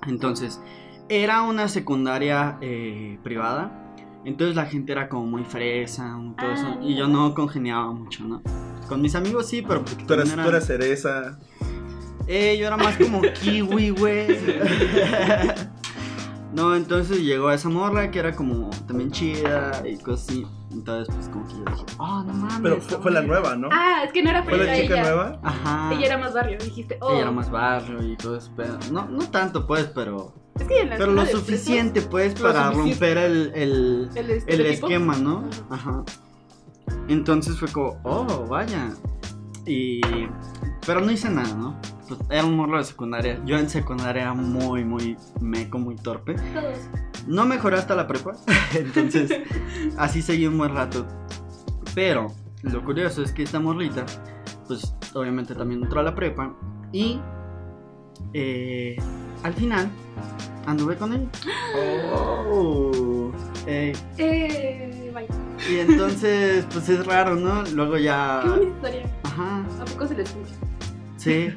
Entonces, era una secundaria eh, privada. Entonces la gente era como muy fresa, muy todo
Ah,
eso,
ni
y yo
idea.
no congeniaba mucho, ¿no? Con mis amigos sí, pero porque
Tú eras,
también
tú
eran-
eras cereza.
eh, yo era más como kiwi, güey. No, entonces llegó esa morra que era como también chida y cosas así. Entonces, pues como que yo dije, oh, no mames.
Pero fue, fue la nueva, ¿no?
Ah, es que no era
¿Fue
fresa
la chica
ella.
nueva?
Ajá.
Ella era más barrio, dijiste. Oh,
Ella era más barrio y todo eso. pero- No, no tanto, pues, pero.
Es que en la
Pero
escuela
lo
de presos,
suficiente, pues,
Lo
para
suficiente.
romper el- el,
El,
el
estereotipo.
esquema, ¿no? Ajá. Entonces fue como, oh, vaya. Y. Pero no hice nada, ¿no? Pues, era un morro de secundaria. Yo en secundaria era muy, muy meco, muy torpe.
Todos.
No mejoré hasta la prepa. Entonces, así seguí un buen rato. Pero lo curioso es que esta morrita, pues obviamente también entró a la prepa. Y. eh, al final, anduve con él. Oh. Eh,
Eh, vaya.
y entonces, pues es raro, ¿no? Luego ya.
Qué bonita historia.
Ajá,
¿A poco se les escucha?
sí.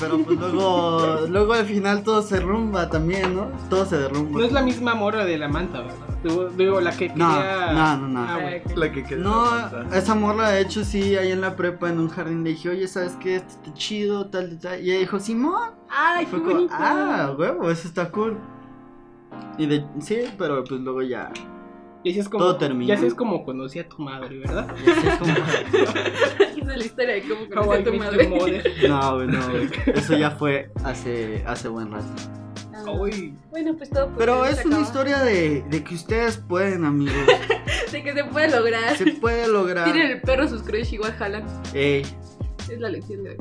Pero pues luego, luego al final todo se rumba también, ¿no? Todo se derrumba.
No es la misma morra de la manta, ¿verdad? Digo, digo, la que
No,
quería-
no, no, no.
Ah, bueno.
Ah, ok.
La que quedó.
No, esa morra, de hecho, sí, ahí en la prepa, en un jardín, le dije, oye, ¿sabes qué? Esto está chido, tal, tal, tal. Y ella dijo, Simón. Y
Ay, qué
fue como,
bonito.
ah, huevo, eso está cool. Y de, sí, pero pues luego ya.
Y así es como,
Todo terminó.
Y así es como conocí a tu madre, ¿verdad?
ya sí es como-
Esa es la historia de cómo
How
conocí
I
a tu
Met
madre.
Your Mother.
No, güey, no, güey. Eso ya fue hace, hace buen rato.
Ah,
Uy,
Bueno, pues todo. por
Pero
hoy se
es una
acaba.
historia de, de que ustedes pueden, amigos.
De que se puede lograr.
Se puede lograr.
Tienen el perro sus crush igual jalan.
Ey.
Es la lección de hoy.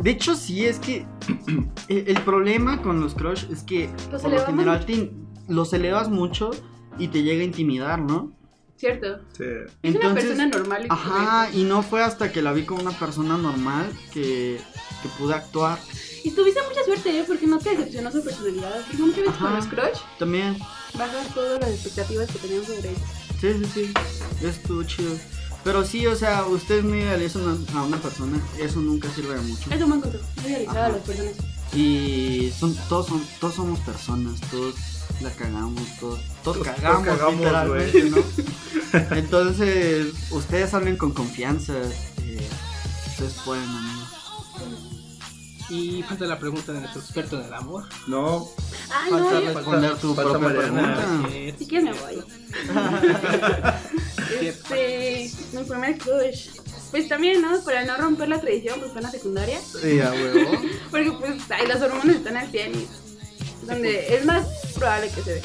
De hecho, sí, es que el, el problema con los crush es que
Los
por lo
elevamos.
general te in- los elevas mucho y te llega a intimidar, ¿no?
¿Cierto?
Sí.
Es una persona normal. y
ajá, y no fue hasta que la vi como una persona normal que, que pude actuar.
corriente. Y tuviste mucha suerte, ¿eh? Porque no te decepcionó su personalidad. Porque muchas veces con
Ajá.
los crush
También,
bajas todas las expectativas que teníamos sobre ellos.
sí, sí, sí, eso estuvo chido. Pero sí, o sea, ustedes no idealizan a a una persona, eso nunca sirve de mucho.
Es un buen consejo. Muy realizado a
Ajá.
las personas.
Y son, todos, son, todos somos personas, todos la cagamos, todos, todos
Todos- todos
cagamos,
cagamos,
literalmente, ¿no? Entonces, ustedes hablen con confianza, eh, ustedes pueden, amigos.
y falta la pregunta de nuestro experto en el amor.
No,
Ay, no,
Falta
yo-
responder tu
falta
propia
Mariana.
pregunta.
Eh,
Si quieres me voy. este, mi primer crush. Pues también, ¿no? Para no romper la tradición, pues fue en la secundaria.
Sí, a huevo.
Porque pues ahí las hormonas están al 100 y donde es más probable que se dé.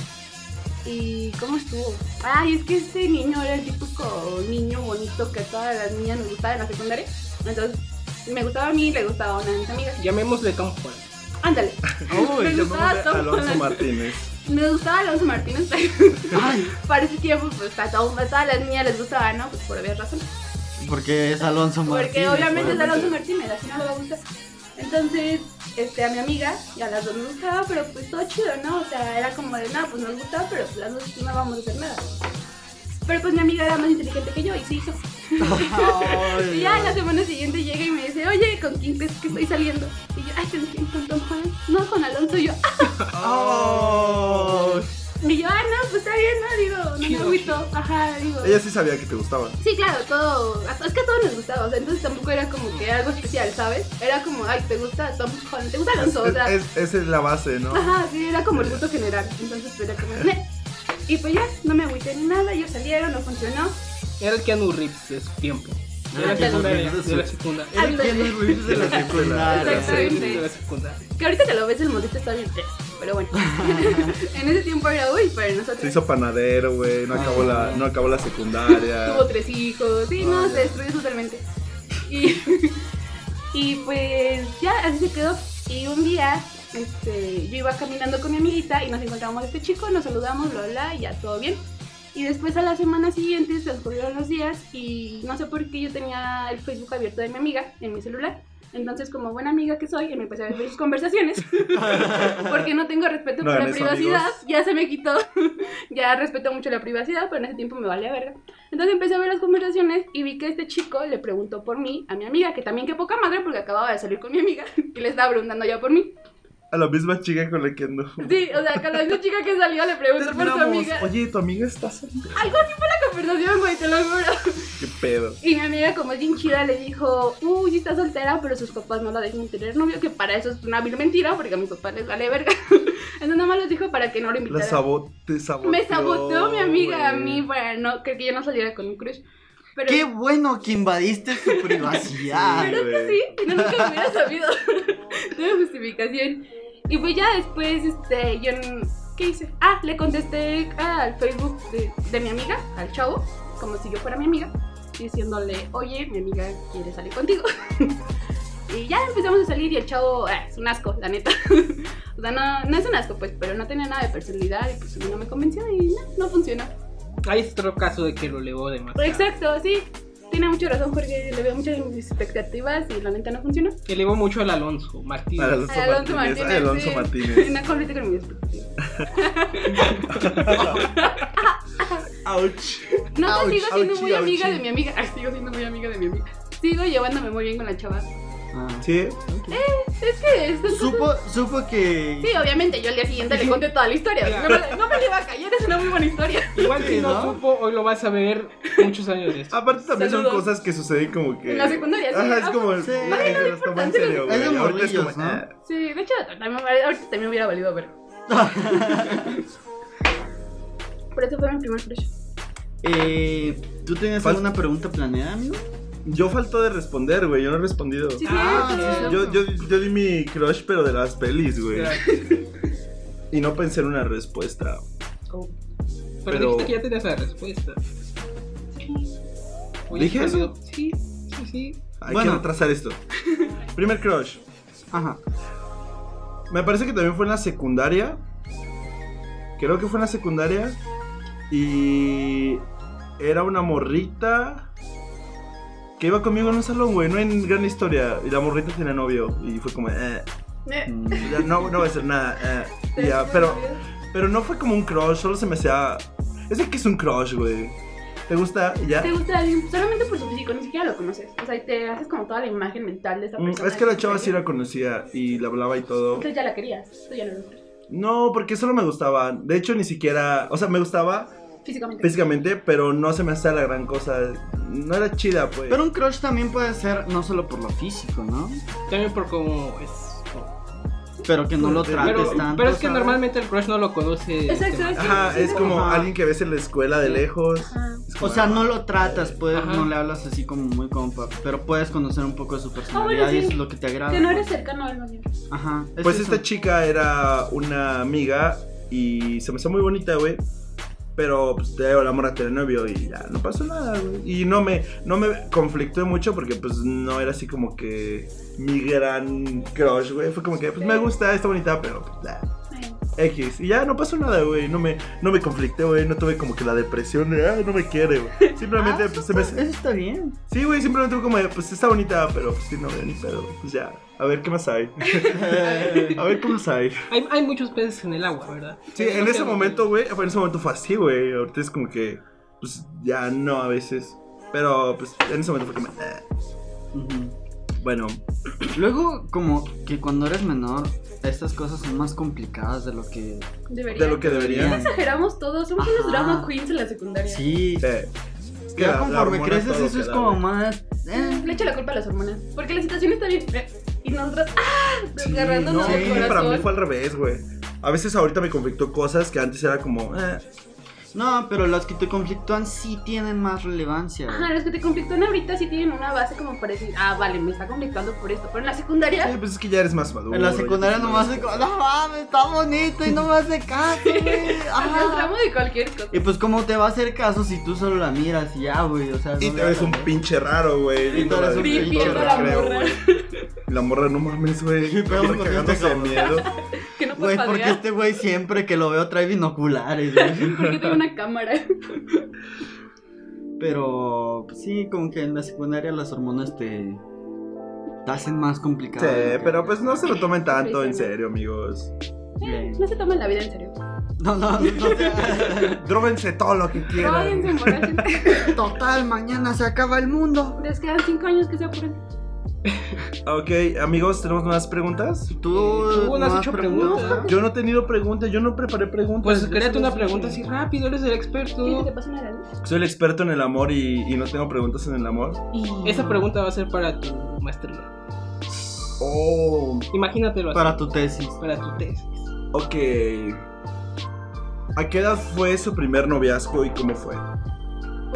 ¿Y cómo estuvo? Ay, es que este niño era el típico niño bonito que a todas las niñas nos gustaba en la secundaria. Entonces, me gustaba a mí y le gustaba a una de mis amigas.
Llamémosle Tom Holland.
Ándale. me gustaba
llamémosle
Tom
Alonso
Holland.
Martínez.
Me gustaba Alonso Martínez.
Ay,
Para ese tiempo, pues a, todo- a todas las niñas les gustaba, ¿no? Pues por obvias razones.
Porque es Alonso Martínez.
Porque obviamente es
güey.
Alonso Martínez, así no le va a gustar. Entonces, este, a mi amiga y a las dos nos gustaba, pero pues todo chido, ¿no? O sea, era como de, no, pues nos gustaba, pero pues las dos no vamos a hacer nada. Pero pues mi amiga era más inteligente que yo y se hizo.
Ay,
Y ya la semana siguiente llega y me dice, oye, ¿con quién crees que estoy saliendo? Y yo, ay, ¿con quién? ¿Con Don Juan? No, con Alonso. Y yo, "Ah".
Oh,
Ay.
y yo, ah, no, pues está bien, ¿no? Digo, no me agüito. Ajá, digo.
Ella sí sabía que te gustaba.
Sí, claro, todo. Es que a todos nos gustaba, o sea, entonces tampoco era como que algo especial, ¿sabes? Era como, ay, te gusta Tom Holland, te gusta
Es-
Alonso, o sea.
es- es- Esa es la base, ¿no?
Ajá, sí, era como el gusto general. Entonces, pues, era como, "Meh". Y pues ya, no me agüité ni nada, ellos salieron, no funcionó.
Era el Keanu Reeves de su tiempo. De la
Ah, Keanu
secundaria.
Reeves de
De la
su-
secundaria.
Era el Keanu Reeves de la secundaria.
Exacto. Exactamente.
De la secundaria.
Que ahorita que lo ves, el modito está bien, eh, pero bueno. en ese tiempo era, uy, para nosotros.
Se hizo panadero, güey. No acabó la, no acabó la secundaria.
Tuvo tres hijos, sí, no,
Ah,
se
ya.
destruyó totalmente. Y, y pues ya, así se quedó. Y un día este, yo iba caminando con mi amiguita y nos encontramos a este chico, nos saludamos, bla, bla, y ya todo bien. Y después a la semana siguiente transcurrieron los días y no sé por qué yo tenía el Facebook abierto de mi amiga en mi celular. Entonces, como buena amiga que soy, me empecé a ver sus conversaciones porque no tengo respeto
No
por la
hagan eso,
privacidad.
amigos.
Ya se me quitó. ya respeto mucho la privacidad, pero en ese tiempo me valía verga. Entonces empecé a ver las conversaciones y vi que este chico le preguntó por mí a mi amiga, que también que poca madre porque acababa de salir con mi amiga y le estaba preguntando ya por mí.
A la misma chica con la que ando.
Sí, o sea, que a la misma chica que salió le preguntó por su amiga.
Oye, tu amiga está soltera.
La conversación, güey, te lo juro.
Qué pedo.
Y mi amiga, como es bien chida, le dijo, uy, sí está soltera, pero sus papás no la dejan tener novio, que para eso es una vil mentira, porque a mis papás les vale verga. Entonces nada más les dijo para que no lo
La
invitaran.
sabo te saboteó.
Me saboteó mi amiga a
güey.
mí para no, que, que yo no saliera con un crush. Pero,
Qué bueno que invadiste su privacidad.
pero es que sí, si no, nunca lo hubiera sabido. Tuve justificación. Y pues ya después, este, yo, n- ¿qué hice? Ah, le contesté al Facebook de, de mi amiga, al chavo, como si yo fuera mi amiga, diciéndole, oye, mi amiga quiere salir contigo. Y ya empezamos a salir y el chavo ah, es un asco, la neta. o sea, no, no es un asco, pues, pero no tenía nada de personalidad y pues a mí no me convenció y no, no funcionó.
Ahí es otro caso de que lo elevó de más.
Exacto, sí. Tiene mucha razón porque le veo muchas mis expectativas y la neta no funcionó.
Elevó mucho al Alonso Martín.
Al Alonso
Al Alonso
Martínez.
Martínez,
Ay, Alonso
sí.
Martínez.
No complete con mis expectativas.
Ouch.
No, que
Ouch,
sigo siendo
ouchie,
muy amiga
ouchie.
de mi amiga. Ay, sigo siendo muy amiga de mi amiga. Sigo llevándome muy bien con la chava.
Sí.
Es que es son cosas-
Ah. Supo, supo que.
Sí, obviamente, yo al día siguiente le conté toda la historia. No me, no me le iba a callar, es una muy buena historia.
Igual
Sí,
si no
¿no?
supo, hoy lo vas a ver muchos años de esto.
Aparte también son
Saludos.
cosas que suceden como que...
En la secundaria, sí.
Ajá, es como...
Sí.
ay,
Ay,
se los toma en
importa,
serio,
es de
güey. Ahorita es como...
morrillos, ¿no?
eh,
Sí, de hecho, también, ahorita también hubiera valido ver. Por eso fue mi primer crush.
Eh, ¿Tú tenías
Fal-
alguna pregunta planeada, amigo?
Yo falto de responder, güey. Yo no he respondido.
Sí,
Ah,
cierto.
Yo, yo, yo di mi crush, pero de las pelis, güey.
Pero,
Y no pensé en una respuesta. Pero-
dijiste que ya tenías la respuesta. Oye,
¿Dije
pero-
eso?
Sí, sí, sí.
Hay
Bueno.
que retrasar esto. Primer crush.
Ajá.
Me parece que también fue en la secundaria. Creo que fue en la secundaria. Y era una morrita que iba conmigo en un salón, güey, no en gran historia. Y la morrita tenía novio. Y fue como, eh,
Eh,
ya no, no voy a hacer nada. eh, y ya, pero, pero no fue como un crush, solo se me hacía... Es que es un crush, güey. ¿Te gusta? Y ya.
¿Te gusta alguien? Solamente por su físico, ni siquiera lo conoces. O sea, te haces como toda la imagen mental de esa
Mm,
persona.
Es que la chava sí la conocía y la hablaba y todo.
Entonces ya la querías, tú ya no lo conoces.
No, porque solo me gustaba. De hecho, ni siquiera... O sea, me gustaba,
Físicamente.
físicamente, pero no se me hacía la gran cosa. No era chida, pues.
Pero un crush también puede ser no solo por lo físico, ¿no?
También por cómo es.
Pero que no lo
Pero-
trates
Pero,
tanto.
pero es que
¿sabes?
normalmente el crush no lo conoce.
Exacto,
este,
es-
Ajá,
sí,
es
sí,
como
ajá.
alguien que ves en la escuela de lejos.
Ajá.
Es
O
como,
sea, no lo tratas, puedes,
Ajá.
no le hablas así como muy compa, pero puedes conocer un poco de su personalidad
Ah, sí.
y eso es lo que te agrada.
Que no eres cercano a él, más bien.
Ajá. es
Pues
eso.
esta chica era una amiga y se me hizo muy bonita, güey. Pero pues te digo, la morra tenía novio y ya no pasó nada, güey. Y no me, no me conflictué mucho porque pues no era así como que mi gran crush, güey. Fue como que pues me gusta, está bonita, pero pues, nah,
Ay,
X. Y ya no pasó nada, güey. No me, no me conflicté, güey. No tuve como que la depresión de, ah, no me quiere, güey. Simplemente, pues se me.
Ah, Eso está bien.
Sí, güey, simplemente fue como, de, pues está bonita, pero pues sí, no veo ni pedo. Pues ya, a ver qué más hay. A ver qué más hay.
Hay, hay muchos peces en el agua, ¿verdad?
Sí,
Es lo
en
que
ese
hago.
momento, güey, en ese momento fue así, güey. Ahorita es como que, pues ya no a veces. Pero, pues en ese momento fue como, eh.
Ujú.
bueno,
Luego, como que cuando eres menor, estas cosas son más complicadas de lo que.
Debería.
de lo que debería.
Deberían.
Exageramos todos, somos unos
Ajá.
drama queens en la secundaria.
Sí.
Eh, es que la-
Ya
la
conforme
hormona
creces,
todo
eso es
queda,
como
güey.
más. eh.
Le echo la culpa a las hormonas. Porque la situación está bien. eh, Y nosotros, ¡ah!
Sí,
Desgarrándonos
no,
del
es que para mí
corazón.
fue al revés, güey. A veces ahorita me conflictó cosas que antes era como, eh,
No, pero las que te conflictúan sí tienen más relevancia.
Ajá, los que te conflictúan ahorita sí tienen una base como para decir, ah, vale, me está conflictando por esto. Pero en la
sí,
secundaria,
pues es que ya eres más maduro.
En la
ya
secundaria
tienes
nomás
más-
es como, no mames, está bonito y no me hace caso, güey.
hacemos
Ajá.
drama de cualquier cosa.
Y pues, ¿cómo te va a hacer caso si tú solo la miras y ya, güey? O sea,
Y
no
te
le
ves
vas a
un
ver.
pinche raro, güey.
Y tú eres un
Creepy,
pinche
es la
recreo,
morra.
güey. La morra, no mames, güey.
¿Qué pedo con este
Cagándose de
cabrón?
miedo.
Que no puedes
Güey, porque
padear.
este güey siempre que lo veo trae binoculares, güey.
Porque tengo una cámara.
Pero pues, sí, como que en la secundaria las hormonas te, te hacen más complicado.
Sí, pero pues no se lo tomen tanto en
Sí, sí.
serio, amigos.
Eh, No se tomen la vida en serio.
No, no, no. te-
Dróguense todo lo que
Váyanse,
quieran.
emborrachen.
Total, mañana se acaba el mundo.
Les quedan 5 años que se apuren.
Ok, amigos, ¿tenemos más preguntas?
Tú
Hubo unas
no has
ocho
preguntado,
preguntas.
Yo no he tenido preguntas, yo no preparé preguntas.
Pues
Yo
créate
solo
una
sé-
pregunta así rápido, eres el
¿Quieres
experto.
que te pase una granita?
Soy el experto en el amor y, y no tengo preguntas en el amor.
Esa pregunta va a ser para tu maestría.
Oh,
Imagínatelo así.
Para tu tesis.
para tu tesis.
ok. ¿A qué edad fue su primer noviazgo y cómo fue?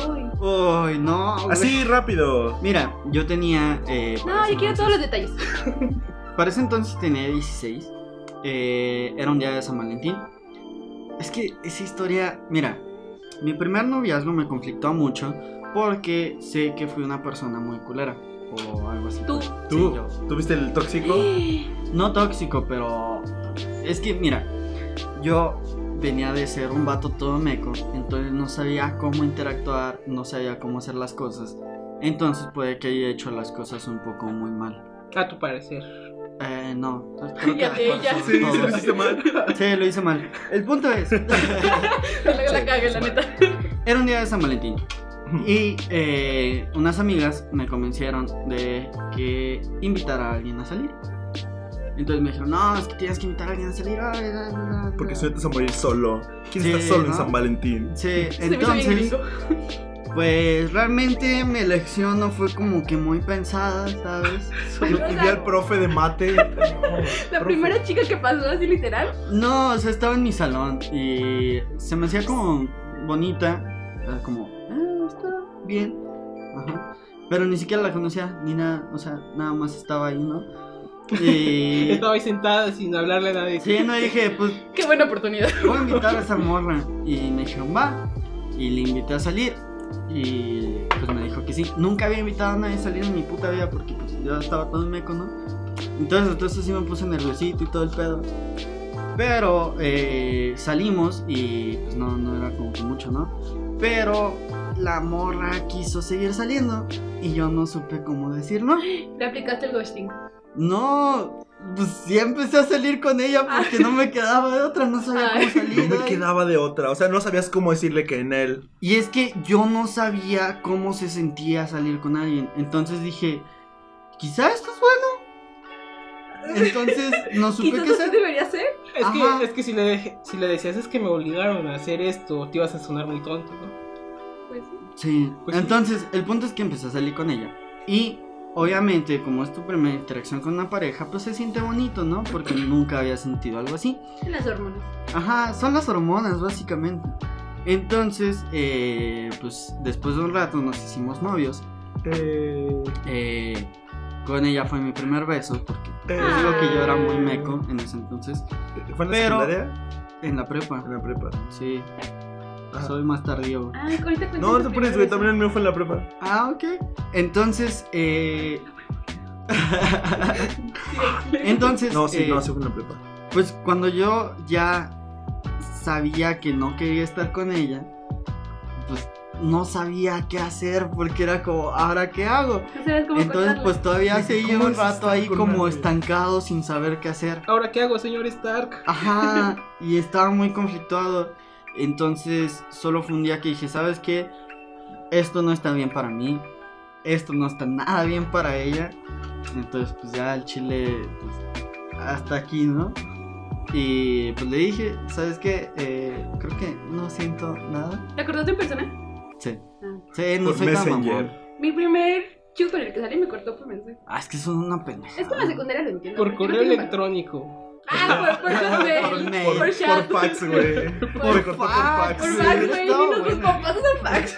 Uy.
Uy, no. güey.
Así rápido.
Mira, yo tenía. eh, para
No,
ese
yo quiero todos
entonces-
los detalles.
Para ese entonces tenía 16. eh, era un día de San Valentín. Es que esa historia. Mira, mi primer noviazgo me conflictó mucho porque sé que fui una persona muy culera. O algo así.
Tú.
Sí,
¿Tú
yo.
tuviste el tóxico?
No tóxico, pero. Es que, mira, yo venía de ser un vato todo meco, entonces no sabía cómo interactuar, no sabía cómo hacer las cosas. Entonces puede que haya hecho las cosas un poco muy mal.
A tu parecer.
Eh, no. creo que
Ya
las
te- ya.
personas-
Sí,
no,
se lo hiciste mal.
sí, lo hice mal. El punto es,
La la cagué, la neta.
era un día de San Valentín. Y eh, unas amigas me convencieron de que invitar a alguien a salir. Entonces me dijeron, no, es que tienes que invitar a alguien a salir. ay, bla, bla, bla".
Porque si no te vas a morir solo. ¿Quién está
Sí,
solo en
¿no?
San Valentín?
Sí,
Se me hizo bien
entonces,
gringo.
pues realmente mi elección no fue como que muy pensada, ¿sabes?
Yo vi al profe de mate.
La
Profe.
primera chica que pasó así literal.
No, o sea, estaba en mi salón y se me hacía como bonita, era como, ah, está bien, ajá. Pero ni siquiera la conocía, ni nada, o sea, nada más estaba ahí, ¿no? Y...
Estaba ahí sentada sin hablarle a nadie.
Sí, no dije, pues
Qué buena oportunidad.
voy a invitar a esa morra. Y me dijeron, va. Y le invité a salir. Y pues me dijo que sí. Nunca había invitado a nadie a salir en mi puta vida porque pues yo estaba todo en meco, ¿no? Entonces, entonces sí me puse nerviosito y todo el pedo. Pero eh, salimos y pues no, no era como que mucho, ¿no? Pero la morra quiso seguir saliendo y yo no supe cómo decir no.
Le aplicaste el ghosting.
No, pues sí empecé a salir con ella porque no me quedaba de otra, no sabía
Ay.
cómo salir.
No me
ay.
quedaba de otra. O sea, no sabías cómo decirle que en él.
Y es que yo no sabía cómo se sentía salir con alguien. Entonces dije, quizá esto es bueno. Entonces no supe
Quizás
qué
así
hacer.
debería ser.
Es
Ajá.
que, es que si, le deje- si le decías es que me obligaron a hacer esto, te ibas a sonar muy tonto, ¿no?
Pues sí.
Sí.
Pues sí.
Entonces, el punto es que empecé a salir con ella. Y obviamente, como es tu primera interacción con una pareja, pues se siente bonito, ¿no? Porque nunca había sentido algo así.
En las hormonas.
Ajá, son las hormonas, básicamente. Entonces, eh, pues después de un rato nos hicimos novios. Eh, con ella fue mi primer beso, porque
Eh,
les digo que yo era muy meco en ese entonces.
¿Fue en la
Pero-
secundaria?
En la prepa,
En la prepa.
sí.
Ajá.
Soy más tardío. güey.
Ay, ahorita cuento
No,
mi
te pones,
primera
güey.
vez.
También el mío fue en la prepa.
Ah, ok. Entonces, eh...
Sí, sí.
entonces...
No, sí,
eh,
no, sí fue en la prepa.
Pues cuando yo ya sabía que no quería estar con ella, pues no sabía qué hacer porque era como, ¿ahora qué hago?
No sabes cómo
Entonces
cortarlo.
pues todavía
¿Y
seguí
cómo
un
es
rato
estar
ahí
con
como
nadie?
estancado sin saber qué hacer.
¿Ahora qué hago, señor Stark?
Ajá, y estaba muy conflictuado. Entonces, solo fue un día que dije, ¿sabes qué? Esto no está bien para mí. Esto no está nada bien para ella. Entonces, pues ya el chile, pues, hasta aquí, ¿no? Y pues le dije, ¿sabes qué? Eh, creo que no siento nada.
¿Te acordaste en persona?
Sí.
Ah.
Sí, no
Por
soy tan mamón.
Messenger.
Mi primer chico con el que salí me cortó por mensaje.
Ah, es que son una pendeja.
Es que en la secundaria lo entiendo.
Por
porque no
correo
tiene
electrónico.
valor. Ah, por, por, mail,
Por
por
mail,
Por,
chat.
por fax, güey.
Por
Me cortó por fax.
Por
Sí,
fax, güey.
no,
Dinos tus
bueno.
papás usan fax.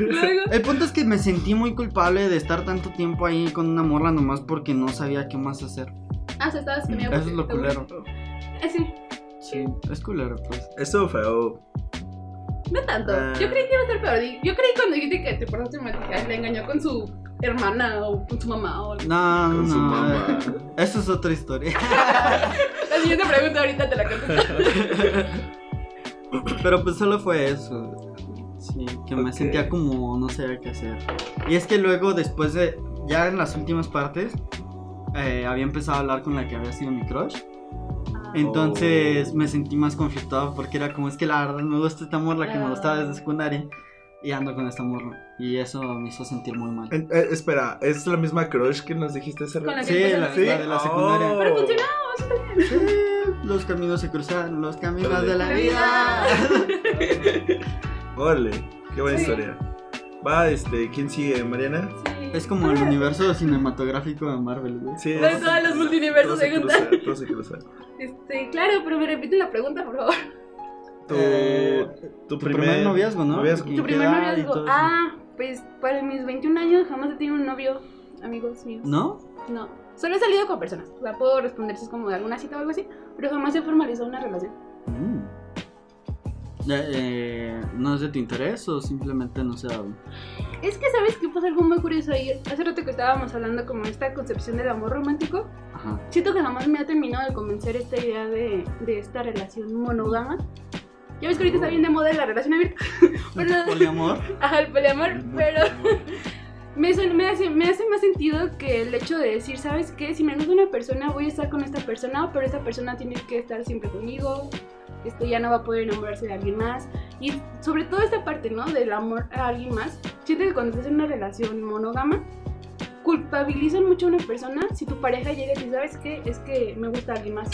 Luego.
El punto es que me sentí muy culpable de estar tanto tiempo ahí con una morra nomás porque no sabía qué más hacer.
Ah, o sea, estabas conmigo.
Eso es lo culero.
Eh, sí,
Sí, es culero, pues.
Estuvo feo.
no tanto.
Ah.
Yo creí que iba a ser peor. Y Yo creí cuando dijiste que te portaste mal, dije, "Ay, la engañó con su hermana o con su mamá o algo.
No, no,
Con su
no.
mamá.
eh, Eso es otra historia.
La siguiente pregunta ahorita te la contesto.
Pero pues solo fue eso. Sí, que me
Ok.
sentía como no sabía qué hacer. Y es que luego, después de. Ya en las últimas partes, eh, había empezado a hablar con la que había sido mi crush. Entonces
Oh.
me sentí más conflictado porque era como es que la verdad me gusta esta morra que me
Ah.
gustaba desde secundaria y ando con esta morra. Y eso me hizo sentir muy mal.
En- eh, espera, ¿es la misma crush que nos dijiste hace
Con la
rato?
Sí, la, la
¿Sí?
de la
Oh.
secundaria.
Pero funcionó.
Sí, los caminos se cruzan, los caminos
Pero de-
de la
La
vida.
Órale, qué buena
Sí.
historia. Va, este, ¿quién sigue? ¿Mariana?
Sí.
Es como el universo cinematográfico de Marvel, güey.
Sí.
De todos los Pues multiversos
Todo se
se juntan.
cruza, todo se cruza.
Este, claro, pero me repite la pregunta, por favor.
Tu,
Eh,
tu,
primer noviazgo, ¿no?
noviazgo.
Y
Tu primer
queda y
noviazgo.
todo eso.
Ah, pues para mis 21 años jamás he tenido un novio, amigos míos.
¿No?
No. Solo he salido con personas. O sea, puedo responder si es como de alguna cita o algo así, pero jamás he formalizado una relación.
Mm. Ya, eh, ¿No es de tu interés o simplemente no se ha dado?
Es que, ¿sabes qué pasa? Algo muy curioso ahí. Hace rato que estábamos hablando como esta concepción del amor romántico.
Ajá.
Siento que jamás me ha terminado de convencer esta idea de, de esta relación monógama. Ya ves que ahorita está bien de moda la relación abierta. Pero-
¿Poliamor?
Ajá, el poliamor, pero me, suena- me hace, me hace más sentido que el hecho de decir, ¿sabes qué? Si me gusta una persona, voy a estar con esta persona, pero esta persona tiene que estar siempre conmigo, este, ya no va a poder enamorarse de alguien más. Y sobre todo esta parte, ¿no? Del amor a alguien más. Siento que cuando estás en una relación monógama, culpabilizan mucho a una persona si tu pareja llega y te dice, ¿sabes qué? Es que me gusta alguien más.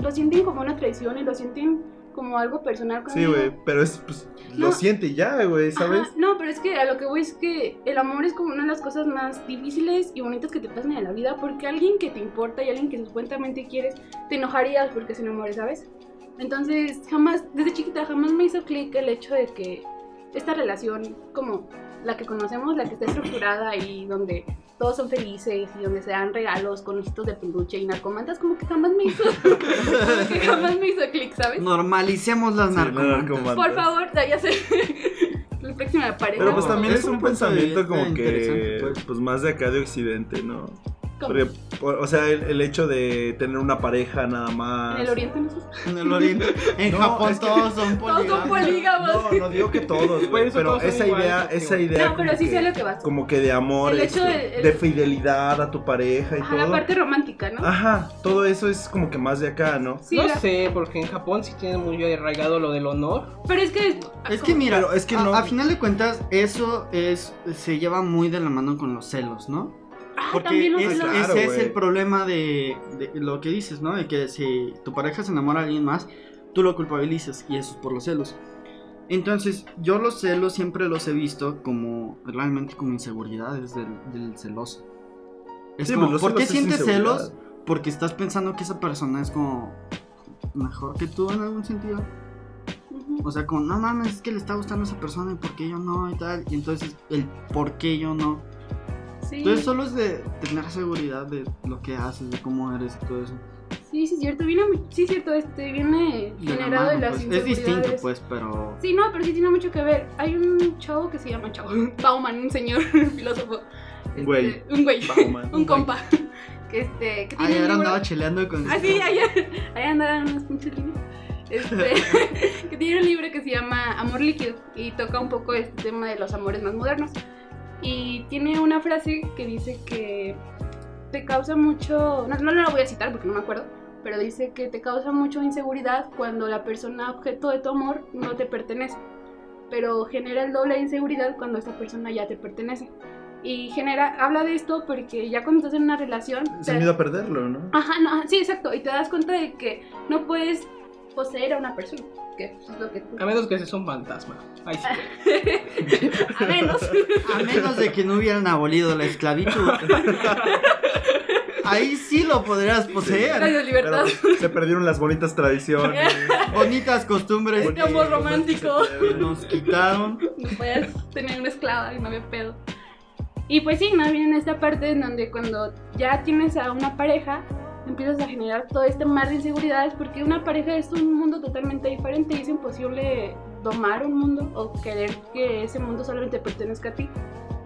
Lo sienten como una traición y lo sienten como algo personal
Sí,
conmigo.
güey, pero es, pues, lo
No.
siente ya, güey, ¿sabes?
Ajá, no, pero es que a lo que voy es que el amor es como una de las cosas más difíciles y bonitas que te pasan en la vida porque alguien que te importa y alguien que supuestamente quieres, te enojarías porque se enamore, ¿sabes? Entonces, jamás, desde chiquita, jamás me hizo clic el hecho de que esta relación, como la que conocemos, la que está estructurada y donde todos son felices y donde se dan regalos con ositos de peluche y narcomantas, como que jamás me hizo, como que jamás me hizo clic, ¿sabes?
Normalicemos las
Sí,
narcomantas.
narcomantas.
Por favor, ya sé. La próxima pareja.
Pero pues
No,
también
es
es,
un
un
punto de
pensamiento
vista
como que,
interesante, pues.
pues, más de acá de Occidente, ¿no?
¿Cómo?
Porque, por- o sea, el, el hecho de tener una pareja nada más.
En el oriente no se usa.
En el oriente. En
No,
Japón
es que-
todos son
Todos
poligámicos.
son polígamos.
No, no digo que todos,
Por
güey,
eso
pero
todos son
esa
iguales,
idea,
porque,
esa
güey.
idea.
No, pero
como
sí
que-
sé a lo que vas.
Como que de amor,
El hecho
este,
de- el-
de fidelidad a tu pareja y
Ajá,
todo.
la parte romántica, ¿no?
Ah.
Ajá, todo eso es como que más de acá, ¿no?
sí,
no
la-
sé, porque en Japón sí tienen muy arraigado lo del honor.
pero es que.
Es que mira,
Pero es que
a-
no-
a, final de cuentas eso es se lleva muy de la mano con los celos, ¿no?
Ah,
Porque
también los
es-
celos.
ese
Claro,
es
güey.
el problema de, de lo que dices, ¿no? De que si tu pareja se enamora de alguien más, tú lo culpabilizas y eso es por los celos. Entonces, yo los celos siempre los he visto como realmente como inseguridades del, del celoso. Es
Sí,
como,
pues, los
¿por qué
celos es
sientes
inseguridad.
celos? Porque estás pensando que esa persona es como mejor que tú en algún sentido.
Ujú.
O sea, como, no mames, es que le está gustando a esa persona y por qué yo no y tal. Y entonces, el por qué yo no.
Sí,
Entonces, solo es de tener seguridad de lo que haces, de cómo eres y todo eso.
sí, sí, es cierto. Viene, mu- sí, es cierto, este, viene
De la
generado de
mano, pues.
las
Es distinto,
inseguridades.
pues, pero.
Sí, no, pero sí tiene mucho que ver. Hay un chavo que se llama chavo, Bauman, un señor filósofo. Este,
Un güey.
Un güey.
Bauman.
un compa. Este, que tiene un
Ayer
libro-
Ah, andaba cheleando con.
Ah, sí, allá, allá andaban unos pinches libros. Este, que tiene un libro que se llama Amor Líquido y toca un poco este tema de los amores más modernos. Y tiene una frase que dice que te causa mucho. No, no la voy a citar porque no me acuerdo. Pero dice que te causa mucho inseguridad cuando la persona objeto de tu amor no te pertenece. Pero genera el doble de inseguridad cuando esta persona ya te pertenece. Y genera, habla de esto porque ya cuando estás en una relación.
Es
te-
el miedo a perderlo, ¿no?
Ajá, no, sí, exacto. Y te das cuenta de que no puedes poseer a una persona. Que es lo que tú.
A menos que seas un fantasma. Ahí sí.
A menos.
A menos de que no hubieran abolido la esclavitud. Ahí sí lo podrías poseer.
Gracias, libertad.
Pero, pues, se perdieron las bonitas tradiciones.
Bonitas costumbres
Este amor romántico.
que nos quitaron.
No puedes tener una esclava y no había pedo. Y pues sí, más bien en esta parte en donde cuando ya tienes a una pareja, empiezas a generar todo este mar de inseguridades porque una pareja es un mundo totalmente diferente y es imposible domar un mundo o querer que ese mundo solamente pertenezca a ti.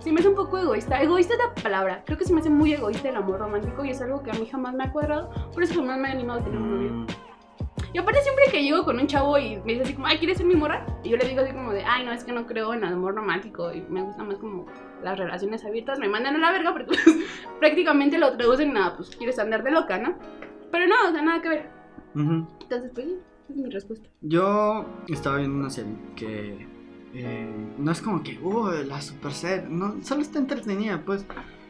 Sí, me hace un poco egoísta. Egoísta es la palabra. Creo que se me hace muy egoísta el amor romántico y es algo que a mí jamás me ha cuadrado. Por eso jamás me he animado a tener un novio.
Mm,
Y aparte siempre que llego con un chavo y me dice así como, ay, ¿quieres ser mi morra? Y yo le digo así como de, ay, no, es que no creo en el amor romántico y me gusta más como las relaciones abiertas. Me mandan a la verga porque pues, prácticamente lo traducen a, pues, quieres andar de loca, ¿no? Pero no, o sea, nada que ver.
Mm, Ujú.
Entonces, pues sí, esa es mi respuesta.
Yo estaba viendo una serie que eh, no es como que, uh, la super serie. No, solo está entretenida, pues.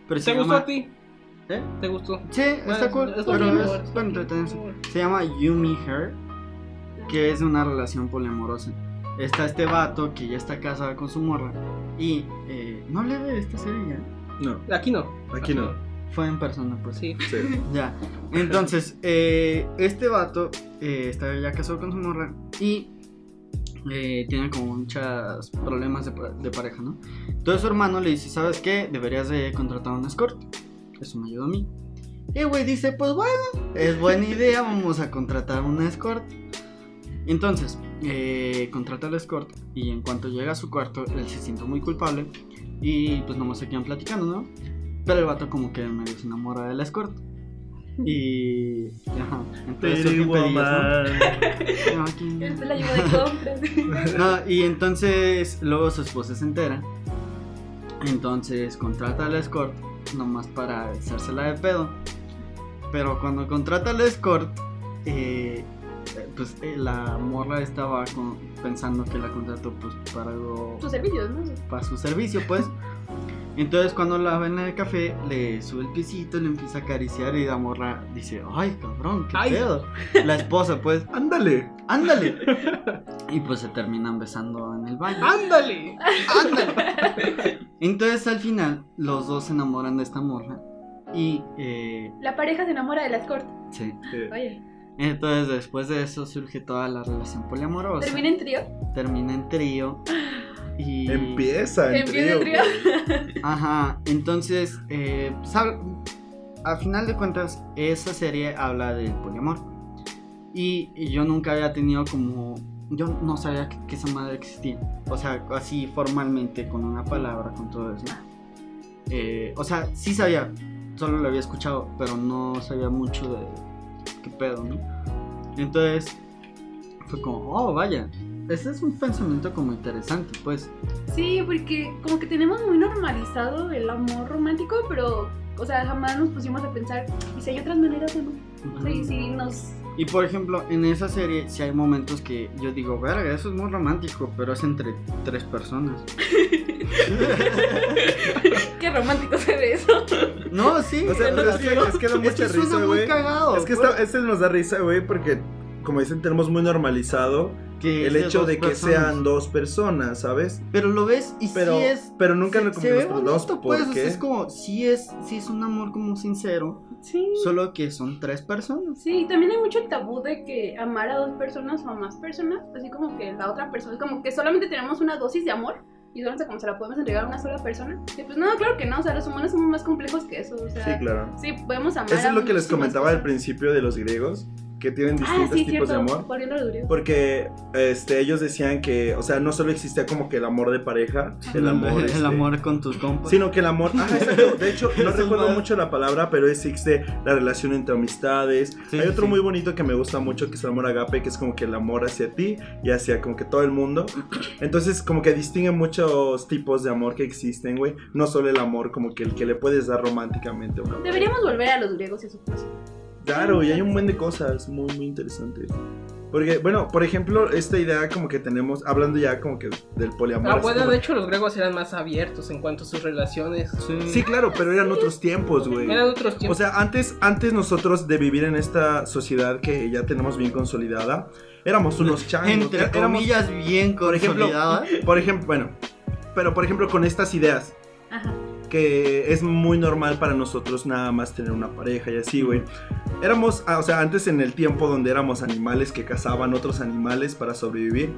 Pero se
¿Te gustó
llama-
a ti?
¿Eh?
¿Te gustó?
Sí, está cool.
es lo
pero
mismo, es lo
es, para
mismo.
entretenerse. Se llama You Me Her, que es de una relación poliamorosa. Está este vato que ya está casado con su morra. Y eh, no le de esta serie ya.
No,
Aquí no.
aquí no.
Fue en persona, pues.
Sí.
Sí.
Ya. Entonces, eh, este vato eh, está ya casado con su morra y eh, tiene como muchos problemas de, pa- de pareja, ¿no? Entonces su hermano le dice, ¿sabes qué? Deberías de contratar un escort. Eso me ayudó a mí. Y el güey dice, pues bueno, es buena idea, vamos a contratar un escort. Entonces, eh, contrata al escort y en cuanto llega a su cuarto, él se siente muy culpable y pues nomás se quedan platicando, ¿no? Pero el vato como que medio se enamora del escort. Y... Ajá. Entonces
Pretty
surgen pedillos, ¿no?
woman.
No, aquí-
Él te la lleva de compras.
no, y entonces luego su esposa se entera. Entonces contrata al escort nomás para echársela de pedo. Pero cuando contrata al escort, eh, eh, pues eh, la morra estaba con- pensando que la contrató pues para algo
Tus servicios, ¿no?
para su servicio, pues. Entonces cuando la ven en el café, le sube el piecito, le empieza a acariciar y la morra dice, ay cabrón, qué
Ay.
pedo. La esposa, pues,
Ándale.
ándale. Y pues se terminan besando en el baño.
¡Ándale!
Entonces al final los dos se enamoran de esta morra y eh,
La pareja se enamora de las cortes.
sí.
Sí.
Oye,
Entonces después de eso surge toda la relación poliamorosa.
termina en trío.
Termina en trío y
Empieza en
Empieza
trío.
en trío.
güey.
Ajá. Entonces eh, pues, hab- al final de cuentas esa serie habla del poliamor y, y yo nunca había tenido como yo no sabía que, que esa madre existía. O sea, así formalmente con una palabra con todo eso. Eh, o sea, sí sabía, solo lo había escuchado, pero no sabía mucho de qué pedo, ¿no? Entonces fue como, oh, vaya, ese es un pensamiento como interesante, pues.
Sí, porque como que tenemos muy normalizado el amor romántico, pero, o sea, jamás nos pusimos a pensar, ¿y si hay otras maneras de no? O sea, y si nos...
Y por ejemplo, en esa serie si hay momentos que yo digo, verga, eso es muy romántico, pero es entre tres personas.
Qué romántico se ve eso.
no, sí,
O sea, pero es que, es que da
es
mucha
que suena
risa,
muy
güey.
cagado.
Es que
pues,
esta, este nos da risa, güey, porque como dicen, tenemos muy normalizado
que
el
es
hecho
dos
de que
personas.
sean dos personas, ¿sabes?
Pero lo ves y
Pero,
sí es
pero nunca lo
se, se ve
compramos los
bonito,
dos.
pues, o
¿Por
sea, es
qué?
como, sí es, sí es un amor como sincero,
Sí.
solo que son tres personas.
Sí, y también hay mucho el tabú de que amar a dos personas o a más personas, así como que la otra persona, es como que solamente tenemos una dosis de amor y solamente como se la podemos entregar a una sola persona. Y pues no, claro que no, o sea, los humanos somos más complejos que eso, o sea,
Sí, claro.
sí, podemos amar
Eso
a
es lo que les
muchísimas
comentaba al
personas.
principio de los griegos, que tienen
Ah,
distintos
sí,
tipos
cierto.
de amor.
Volviendo a lo griego.
Porque este, ellos decían que, o sea, no solo existía como que el amor de pareja, el amor.
el
este,
amor con tus compas.
Sino que el amor. Ah, exacto. De hecho, no
Eso
recuerdo
es
mucho la palabra, pero existe la relación entre amistades.
Sí,
Hay
sí,
otro
sí.
muy bonito que me gusta mucho, que es el amor agape, que es como que el amor hacia ti y hacia como que todo el mundo. Entonces, como que distinguen muchos tipos de amor que existen, güey. No solo el amor, como que el que le puedes dar románticamente a una mujer.
Deberíamos volver a los griegos y a su cosa.
Claro, y hay un buen de cosas muy, muy interesantes. Porque, bueno, por ejemplo, esta idea como que tenemos, hablando ya como que del poliamor.
Ah,
así
bueno,
como-
de hecho los griegos eran más abiertos en cuanto a sus relaciones.
Sí, claro, pero eran otros tiempos, güey.
Eran otros
O
tiempos.
sea, antes, antes nosotros de vivir en esta sociedad que ya tenemos bien consolidada, éramos unos changos.
Entre
é- éramos,
comillas, bien
por ejemplo,
consolidada.
por ejemplo, bueno, pero por ejemplo con estas ideas
Ajá.
que es muy normal para nosotros nada más tener una pareja y así, güey. Éramos, ah, o sea, antes en el tiempo donde éramos animales que cazaban otros animales para sobrevivir,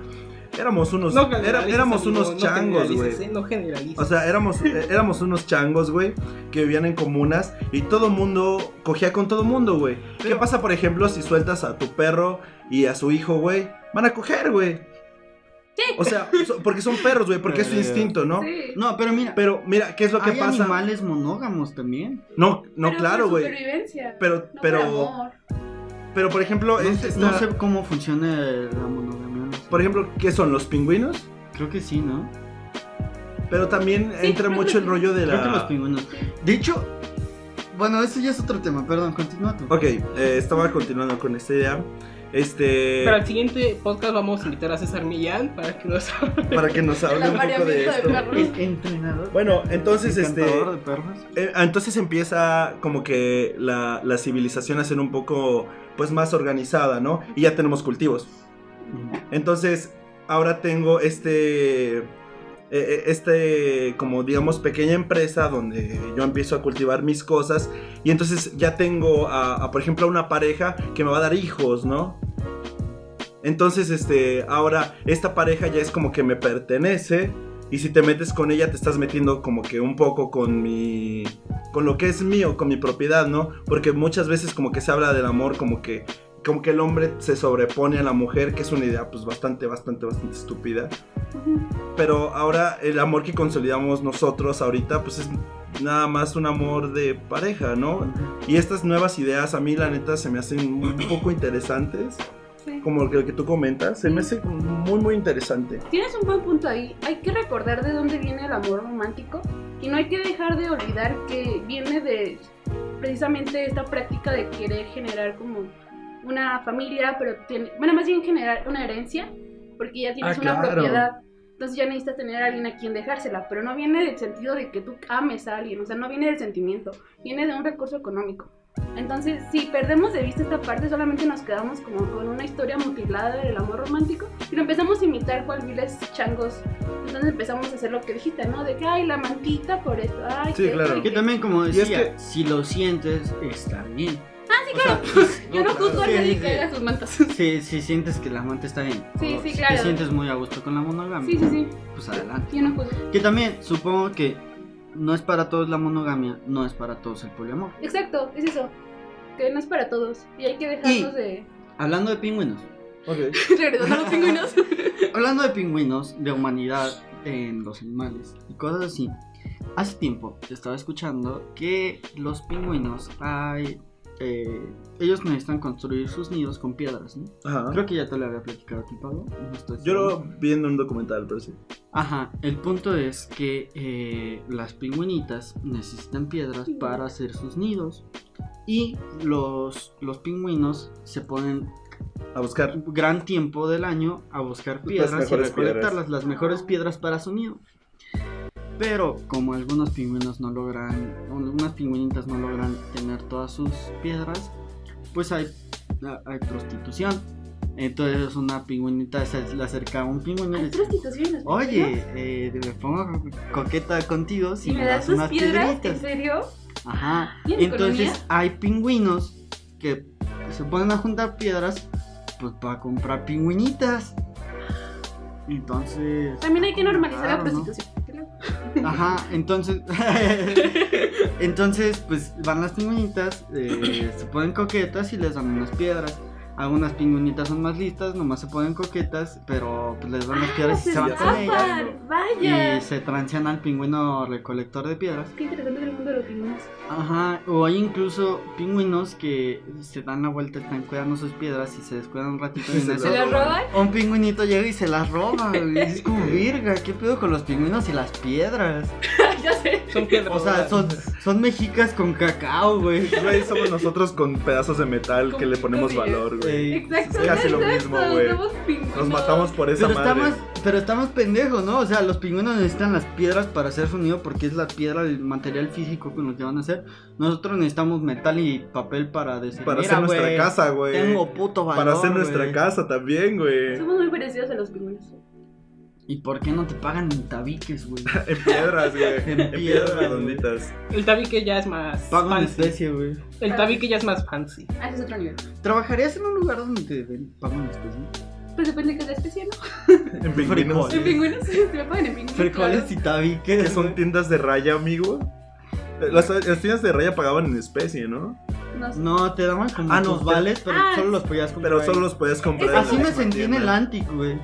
éramos unos,
No
era-
generalices,
éramos
amigo,
unos
no
changos, güey.
generalices, eh, No generalices.
O sea, éramos, eh, éramos unos changos, güey, que vivían en comunas y todo mundo cogía con todo mundo, güey. ¿Qué pasa, por ejemplo, si sueltas a tu perro y a su hijo, güey? Van a coger, güey. O sea, so- porque son perros, güey, porque es su
Verga.
instinto, ¿no?
Sí.
No, pero mira,
Pero mira, ¿qué es lo que
hay
pasa?
animales monógamos también.
No, no,
Pero
claro,
por
güey.
supervivencia.
Pero,
No por
pero,
amor.
pero, por ejemplo,
No,
es-
sé-
esta-
no sé cómo funciona la monogamia. no sé.
este por ejemplo, ¿qué son los pingüinos?
creo que sí, ¿no?
Pero también
Sí,
entra
creo que
mucho el
sí.
rollo de
Creo que los
la...
pingüinos. De hecho, bueno, eso ya es otro tema, perdón, continúa tú.
Ok, eh, estaba continuando con esta idea. Este...
Para el siguiente podcast vamos a invitar a César Millán para que nos hable.
para que nos hable un poco de
apareamiento de
esto.
perros.
El entrenador.
Bueno, entonces este
encantador de perros.
eh, entonces empieza como que la, la civilización a ser un poco pues más organizada, ¿no? Y ya tenemos cultivos. Entonces, ahora tengo este eh, eh, este como digamos pequeña empresa donde yo empiezo a cultivar mis cosas y entonces ya tengo a, a, por ejemplo a una pareja que me va a dar hijos, ¿no? Entonces, este, ahora esta pareja ya es como que me pertenece y si te metes con ella te estás metiendo como que un poco con mi con lo que es mío, con mi propiedad, ¿no? Porque muchas veces como que se habla del amor como que como que el hombre se sobrepone a la mujer, que es una idea pues bastante, bastante, bastante estúpida.
Ujú.
Pero ahora el amor que consolidamos nosotros ahorita pues es nada más un amor de pareja, ¿no? Y estas nuevas ideas a mí la neta se me hacen un poco interesantes,
Sí.
como el que tú comentas, se me hace muy, muy interesante.
Tienes un buen punto ahí. Hay que recordar de dónde viene el amor romántico y no hay que dejar de olvidar que viene de precisamente esta práctica de querer generar como una familia, pero tiene, bueno, más bien generar una herencia, porque ya tienes
Ah,
una
claro.
propiedad. Entonces ya necesitas tener a alguien a quien dejársela, pero no viene del sentido de que tú ames a alguien, o sea, no viene del sentimiento, viene de un recurso económico. Entonces, si perdemos de vista esta parte, solamente nos quedamos como con una historia mutilada del amor romántico y lo empezamos a imitar cual viles changos. Entonces empezamos a hacer lo que dijiste, ¿no? De que, ay, la mantita por esto, ay,
Sí,
que-
claro.
ay,
Que
que-
también, como
es
decía,
que-
si lo sientes, está bien. Ah, sí,
claro. Yo no juzgo a
Sí,
nadie
sí,
que
sí.
haga sus mantas.
Si, si sientes que la amante está bien,
Sí,
o
sí,
si
claro.
te sientes muy a gusto con la monogamia,
Sí, sí, sí.
pues adelante.
Yo no juzgo.
Que también, supongo que no es para todos la monogamia, no es para todos el poliamor.
Exacto, es eso. Que no es para todos. Y hay que dejarnos de.
Hablando de pingüinos,
Ok.
Regresando a los pingüinos.
hablando de pingüinos, de humanidad en los animales y cosas así. Hace tiempo estaba escuchando que los pingüinos hay, eh, ellos necesitan construir sus nidos con piedras, ¿no?
Ajá.
Creo que ya te lo había platicado a ti, Pablo. no estoy
Ah. Yo
seguro.
lo vi en un documental, pero sí.
Ajá, el punto es que eh, las pingüinitas necesitan piedras para hacer sus nidos. Y los, los pingüinos se ponen
A buscar.
gran tiempo del año a buscar piedras y
mejores
recolectarlas,
piedras.
las mejores piedras para su nido. Pero como algunos pingüinos no logran, algunas pingüinitas no logran tener todas sus piedras, pues hay, hay prostitución. Entonces una pingüinita se le acerca a un pingüino y le
Hay
dice,
prostitución en los pingüinos.
Oye, eh, me pongo co- coqueta contigo si
¿Y me das sus
unas
piedras? ¿En
piedritas.
serio?
Ajá.
¿Y en
Entonces
economía?
hay pingüinos que se ponen a juntar piedras pues para comprar pingüinitas. Entonces.
También hay que normalizar la
Claro, ¿no?
prostitución. Claro.
Ajá, entonces. entonces, pues van las pingüinitas, eh, se ponen coquetas y les dan unas piedras. Algunas pingüinitas son más listas, nomás se ponen coquetas, pero pues, les dan las piedras y
se
se van con ellas.
escapan, vaya.
Y se transean al pingüino recolector de piedras.
Qué interesante el mundo de los pingüinos.
Ajá, o hay incluso pingüinos que se dan la vuelta, están cuidando sus piedras y se descuidan un ratito y en
Se
eso
¿Se las roban?
un pingüinito llega y se las roba. güey. Es como, virga, ¿qué pedo con los pingüinos y las piedras?
ya sé.
Son piedras.
O sea, son, son mexicas con cacao, güey.
Güey, somos nosotros con pedazos de metal que le ponemos valor, güey.
Ey,
Exacto.
es casi lo
exacto,
mismo, güey.
somos pingüinos.
Nos matamos por esa
Pero
madre.
estamos, pero estamos pendejos, ¿no? O sea, los pingüinos necesitan las piedras para hacer su nido porque es la piedra, el material físico con lo que van a hacer. Nosotros necesitamos metal y papel para decir,
Para
"Mira,
hacer nuestra
güey,
casa, güey.
Tengo puto valor.
Para hacer nuestra
güey".
casa también, güey.
Somos muy parecidos a los pingüinos.
¿Y por qué no te pagan en tabiques, güey?
En piedras, güey.
En
En piedras
piedras, güey.
redonditas.
El tabique ya es más
Pagan en
fancy.
especie, güey.
El tabique ya es más fancy.
Ah, ese es otro nivel.
¿Trabajarías en un lugar donde te den- pagan en especie?
Pues depende de la especie, ¿no?
En pingüinos.
Frijoles.
En pingüinos, se me pagan en pingüinos.
Frijoles
claro.
y tabiques.
Que son
güey.
tiendas de raya, amigo. Eh, Las, las tiendas de raya pagaban en especie, ¿no?
No sé.
No, te daban como
Ah,
ah,
no, te-
vales, pero
Ah,
solo los podías comprar.
Pero solo
ahí.
los podías comprar.
Eso-
la
Así me
misma
sentí en
tienda.
el Antic, güey.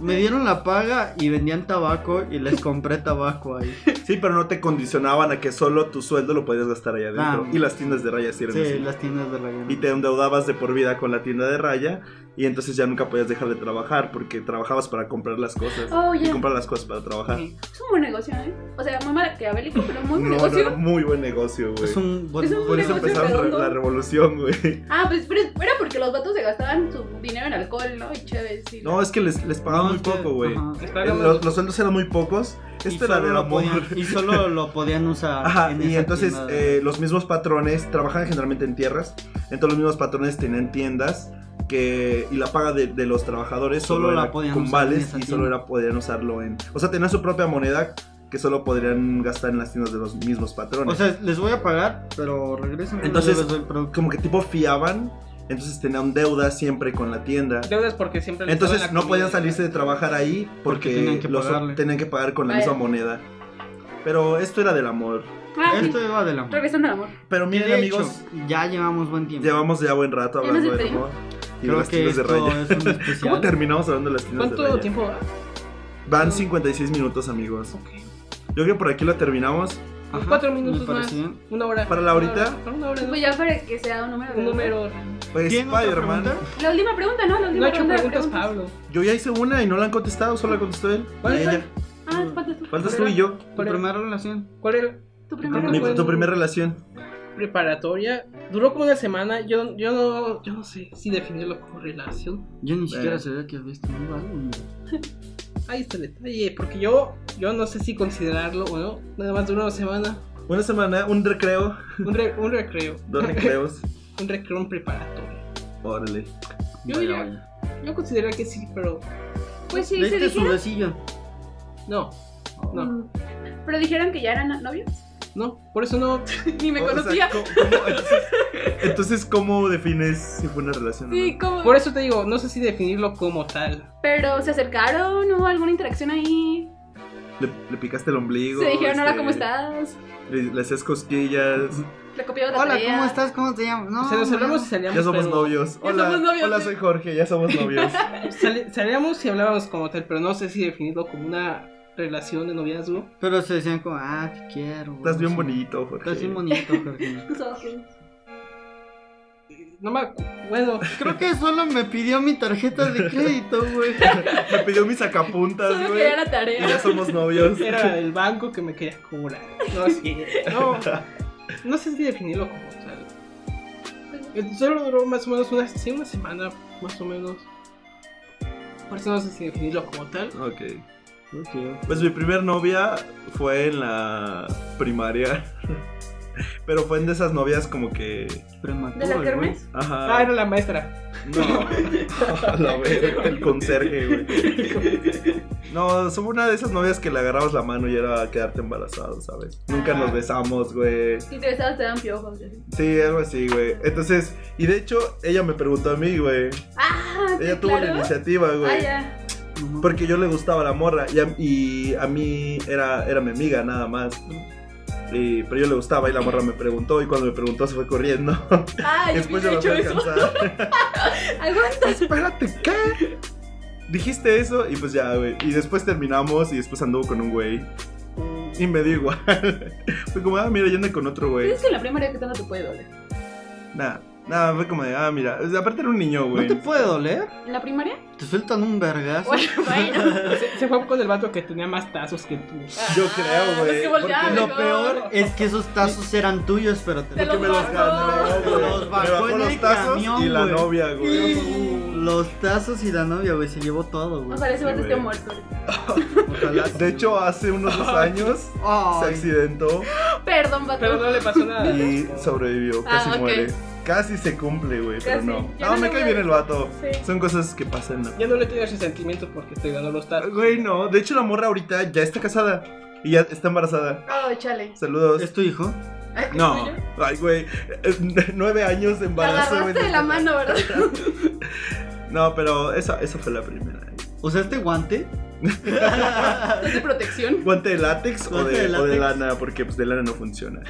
Me dieron la paga y vendían tabaco y les compré tabaco ahí.
Sí, pero no te condicionaban a que solo tu sueldo lo podías gastar allá adentro.
Ah.
y las tiendas de raya sí eran
Sí,
así.
las tiendas de rayón.
Y te endeudabas de por vida con la tienda de raya. Y entonces ya nunca podías dejar de trabajar porque trabajabas para comprar las cosas.
Oh,
Y
ya.
comprar las cosas para trabajar.
Sí. Es un buen negocio, ¿eh? O sea, mamá maquiavélico, pero muy
No,
buen
no,
negocio.
era muy buen negocio, güey.
Es un buen
Es un
Por
buen
eso
negocio
empezaron re-
redondo.
la revolución, güey.
Ah, pues pero era porque los vatos se gastaban su dinero en alcohol, ¿no? Y chéves. Y
No, es que les, les pagaban muy poco, güey.
Ajá.
Está
Eh,
ganando-
Los, los sueldos eran muy pocos.
Y
Este
solo
era del
lo
amor.
podían- y solo lo podían usar.
Ajá,
en
y
esa
entonces
tienda de-
eh, los mismos patrones trabajaban generalmente en tierras. Entonces los mismos patrones tenían tiendas que y la paga de, de los trabajadores solo,
Solo la
era
podían
con
usar en
vales
esa
y solo
tienda.
era, podían usarlo en. O sea, tenían su propia moneda que solo podrían gastar en las tiendas de los mismos patrones.
O sea, les voy a pagar, pero regreso.
Entonces-
les doy el producto.
como que tipo fiaban, entonces tenían deudas siempre con la tienda.
Deudas porque siempre les
Entonces
daban la
no podían
comida.
salirse de trabajar ahí porque,
Porque tenían que
los
pagarle.
tenían que pagar con la
Vaya.
misma moneda. Pero esto era del amor.
Ah, sí.
Esto iba del amor.
Regresando al amor.
Pero
Y
miren,
de hecho,
amigos,
ya llevamos buen tiempo.
llevamos ya buen rato
Ya nos
hablando del
despedimos.
amor y de
Creo
las
que
tiendas de
esto
raya.
es un especial.
¿Cómo terminamos hablando de las tiendas de
¿Cuánto
raya?
tiempo va?
Van 56 minutos, amigos.
Ok.
Yo creo que por aquí lo terminamos.
Ajá,
Cuatro
me
minutos
parece
más.
bien.
Una hora.
Para la
Una
horita.
hora, Una hora.
Pues
dos.
ya para que sea un número.
Un número.
Pues
¿Tienen otra
Spider-Man.
pregunta?
La última pregunta, ¿no? La
No
última
ha hecho
ronda de
preguntas, Pablo.
Yo ya hice una y no la han contestado, solo la contestó él. y
¿Cuál es
ella.
la-
Ah, faltas tú.
Faltas tú y yo.
¿Tu
¿Cuál era?
primera relación?
¿Cuál era?
Tu
Creo
primera
que
Mi-
fue-
tu primera relación.
preparatoria duró como una semana. Yo, yo no, yo no sé si definirlo como relación.
Yo ni siquiera
Bueno.
sabía que habías tenido algo.
Ahí está el detalle, porque yo, yo no sé si considerarlo o no. Nada más duró una semana.
Una semana, un recreo,
Un, re- un recreo.
dos recreos.
un recreo en preparatoria.
Órale.
Yo ya- Yo considero que sí, pero
Pues sí,
Le
se
diste su
dijeron.
besillo.
no, no,
Mm. Pero dijeron que ya eran novios.
no. Por eso no.
Ni me
O sea,
conocía.
¿cómo- cómo- entonces, entonces, ¿cómo defines si fue una relación o no?
Sí, como.
Por eso te digo, no sé si definirlo como tal.
Pero se acercaron, hubo alguna interacción ahí.
Le, le picaste el ombligo.
se dijeron, hola,
este,
¿cómo estás?
Le, le hacías cosquillas.
Le copiaba la
Hola,
tarea.
¿cómo estás? ¿Cómo te llamas? No,
o sea, nos
hombre.
hablamos y salíamos.
Ya somos
pero-
novios.
Ya
hola,
somos novios,
hola,
sí.
soy Jorge, ya somos novios.
sali- salíamos y hablábamos como tal, pero no sé si definirlo como una relación de noviazgo.
Pero se decían como, ah, te quiero.
Estás
no
bien
sé.
bonito, Jorge.
Estás bien bonito, Jorge.
Tus ojos.
No me acu- Bueno,
Creo que solo me pidió mi tarjeta de crédito, güey.
Me pidió mis sacapuntas,
Solo
güey.
quería la
Y
tarea.
ya somos novios.
Era el banco que me quería cobrar. No, sí, no, no sé si definirlo como tal. Eh, Solo duró más o menos una, sí, una semana, más o menos. Por eso no sé si definirlo como tal.
Ok.
Ok.
Pues mi primer novia fue en la primaria. Pero fue en de esas novias como que.
Prematuro,
¿De la
güey.
Carmen?
Ajá.
Ah, era la maestra.
No, a la verga, el conserje, güey. No, somos una de esas novias que le agarrabas la mano y era quedarte embarazado, ¿sabes? Nunca nos besamos, güey.
Si te besabas, te dan piojos. y así.
Sí, algo así, güey. Entonces, y de hecho, ella me preguntó a mí, güey.
Ah, sí,
Ella tuvo la
claro.
iniciativa,
Ah,
güey.
ya.
No, no.
Porque yo le gustaba la morra y a, y a mí era, era mi amiga, nada más. Y- pero yo le gustaba y la morra me preguntó y cuando me preguntó se fue corriendo.
Ay,
Después
Después
yo
Ah, hubiera
la fui
hecho
a
eso.
alcanzar.
Aguanta.
Espérate, ¿qué? Dijiste eso y pues ya, güey. Y después terminamos y después anduvo con un güey. Y me dio igual. Fue como, ah, mira, ya anda con otro güey.
Es que en la primaria que tanto te puede doler.
Nada, nada, fue como de, ah, mira. O sea, aparte era un niño,
¿No
güey.
te puede doler?
¿En la primaria?
Te sueltan un vergazo.
Bueno, bueno.
Se, se fue con el vato que tenía más tazos que tú.
Yo creo, güey,
Ah, es
porque
que volteaba,
Lo
no.
peor es que esos tazos eran tuyos, pero te
Te
Que me los
bajó.
ganó, güey.
Los
Me
bajó
bajó
en
los
el
tazos
camión,
y la
güey.
novia, güey.
Los tazos y la novia, güey, se llevó todo,
O
güey.
sea, "Oh, ese vato
güey.
esté muerto. ahorita.
Ojalá.
De hecho, hace unos dos años se
Ay.
accidentó
Perdón, vato.
Pero no le pasó nada.
y sobrevivió. Casi
Ah, ok.
muere. Casi se cumple, güey, pero
Casi.
no.
Ya
No,
no
me
lo
cae
veo.
bien el vato.
Sí.
Son cosas que pasan. ¿no?
Ya no le tengo ese sentimiento porque te ganó los tazos.
Güey, no. De hecho, la morra ahorita ya está casada y ya está embarazada.
Oh, chale.
Saludos.
¿Es tu hijo?
Ay, ¿es
No,
tuyo?
ay, güey, eh, nueve años de
Te
embarazo. güey.
agarraste de la mano, ¿verdad?
No, pero esa, esa fue la primera.
¿Usaste guante?
Es de protección.
Guante de látex, o,
Guante
de,
de
o de
látex.
lana, porque pues de lana no funciona.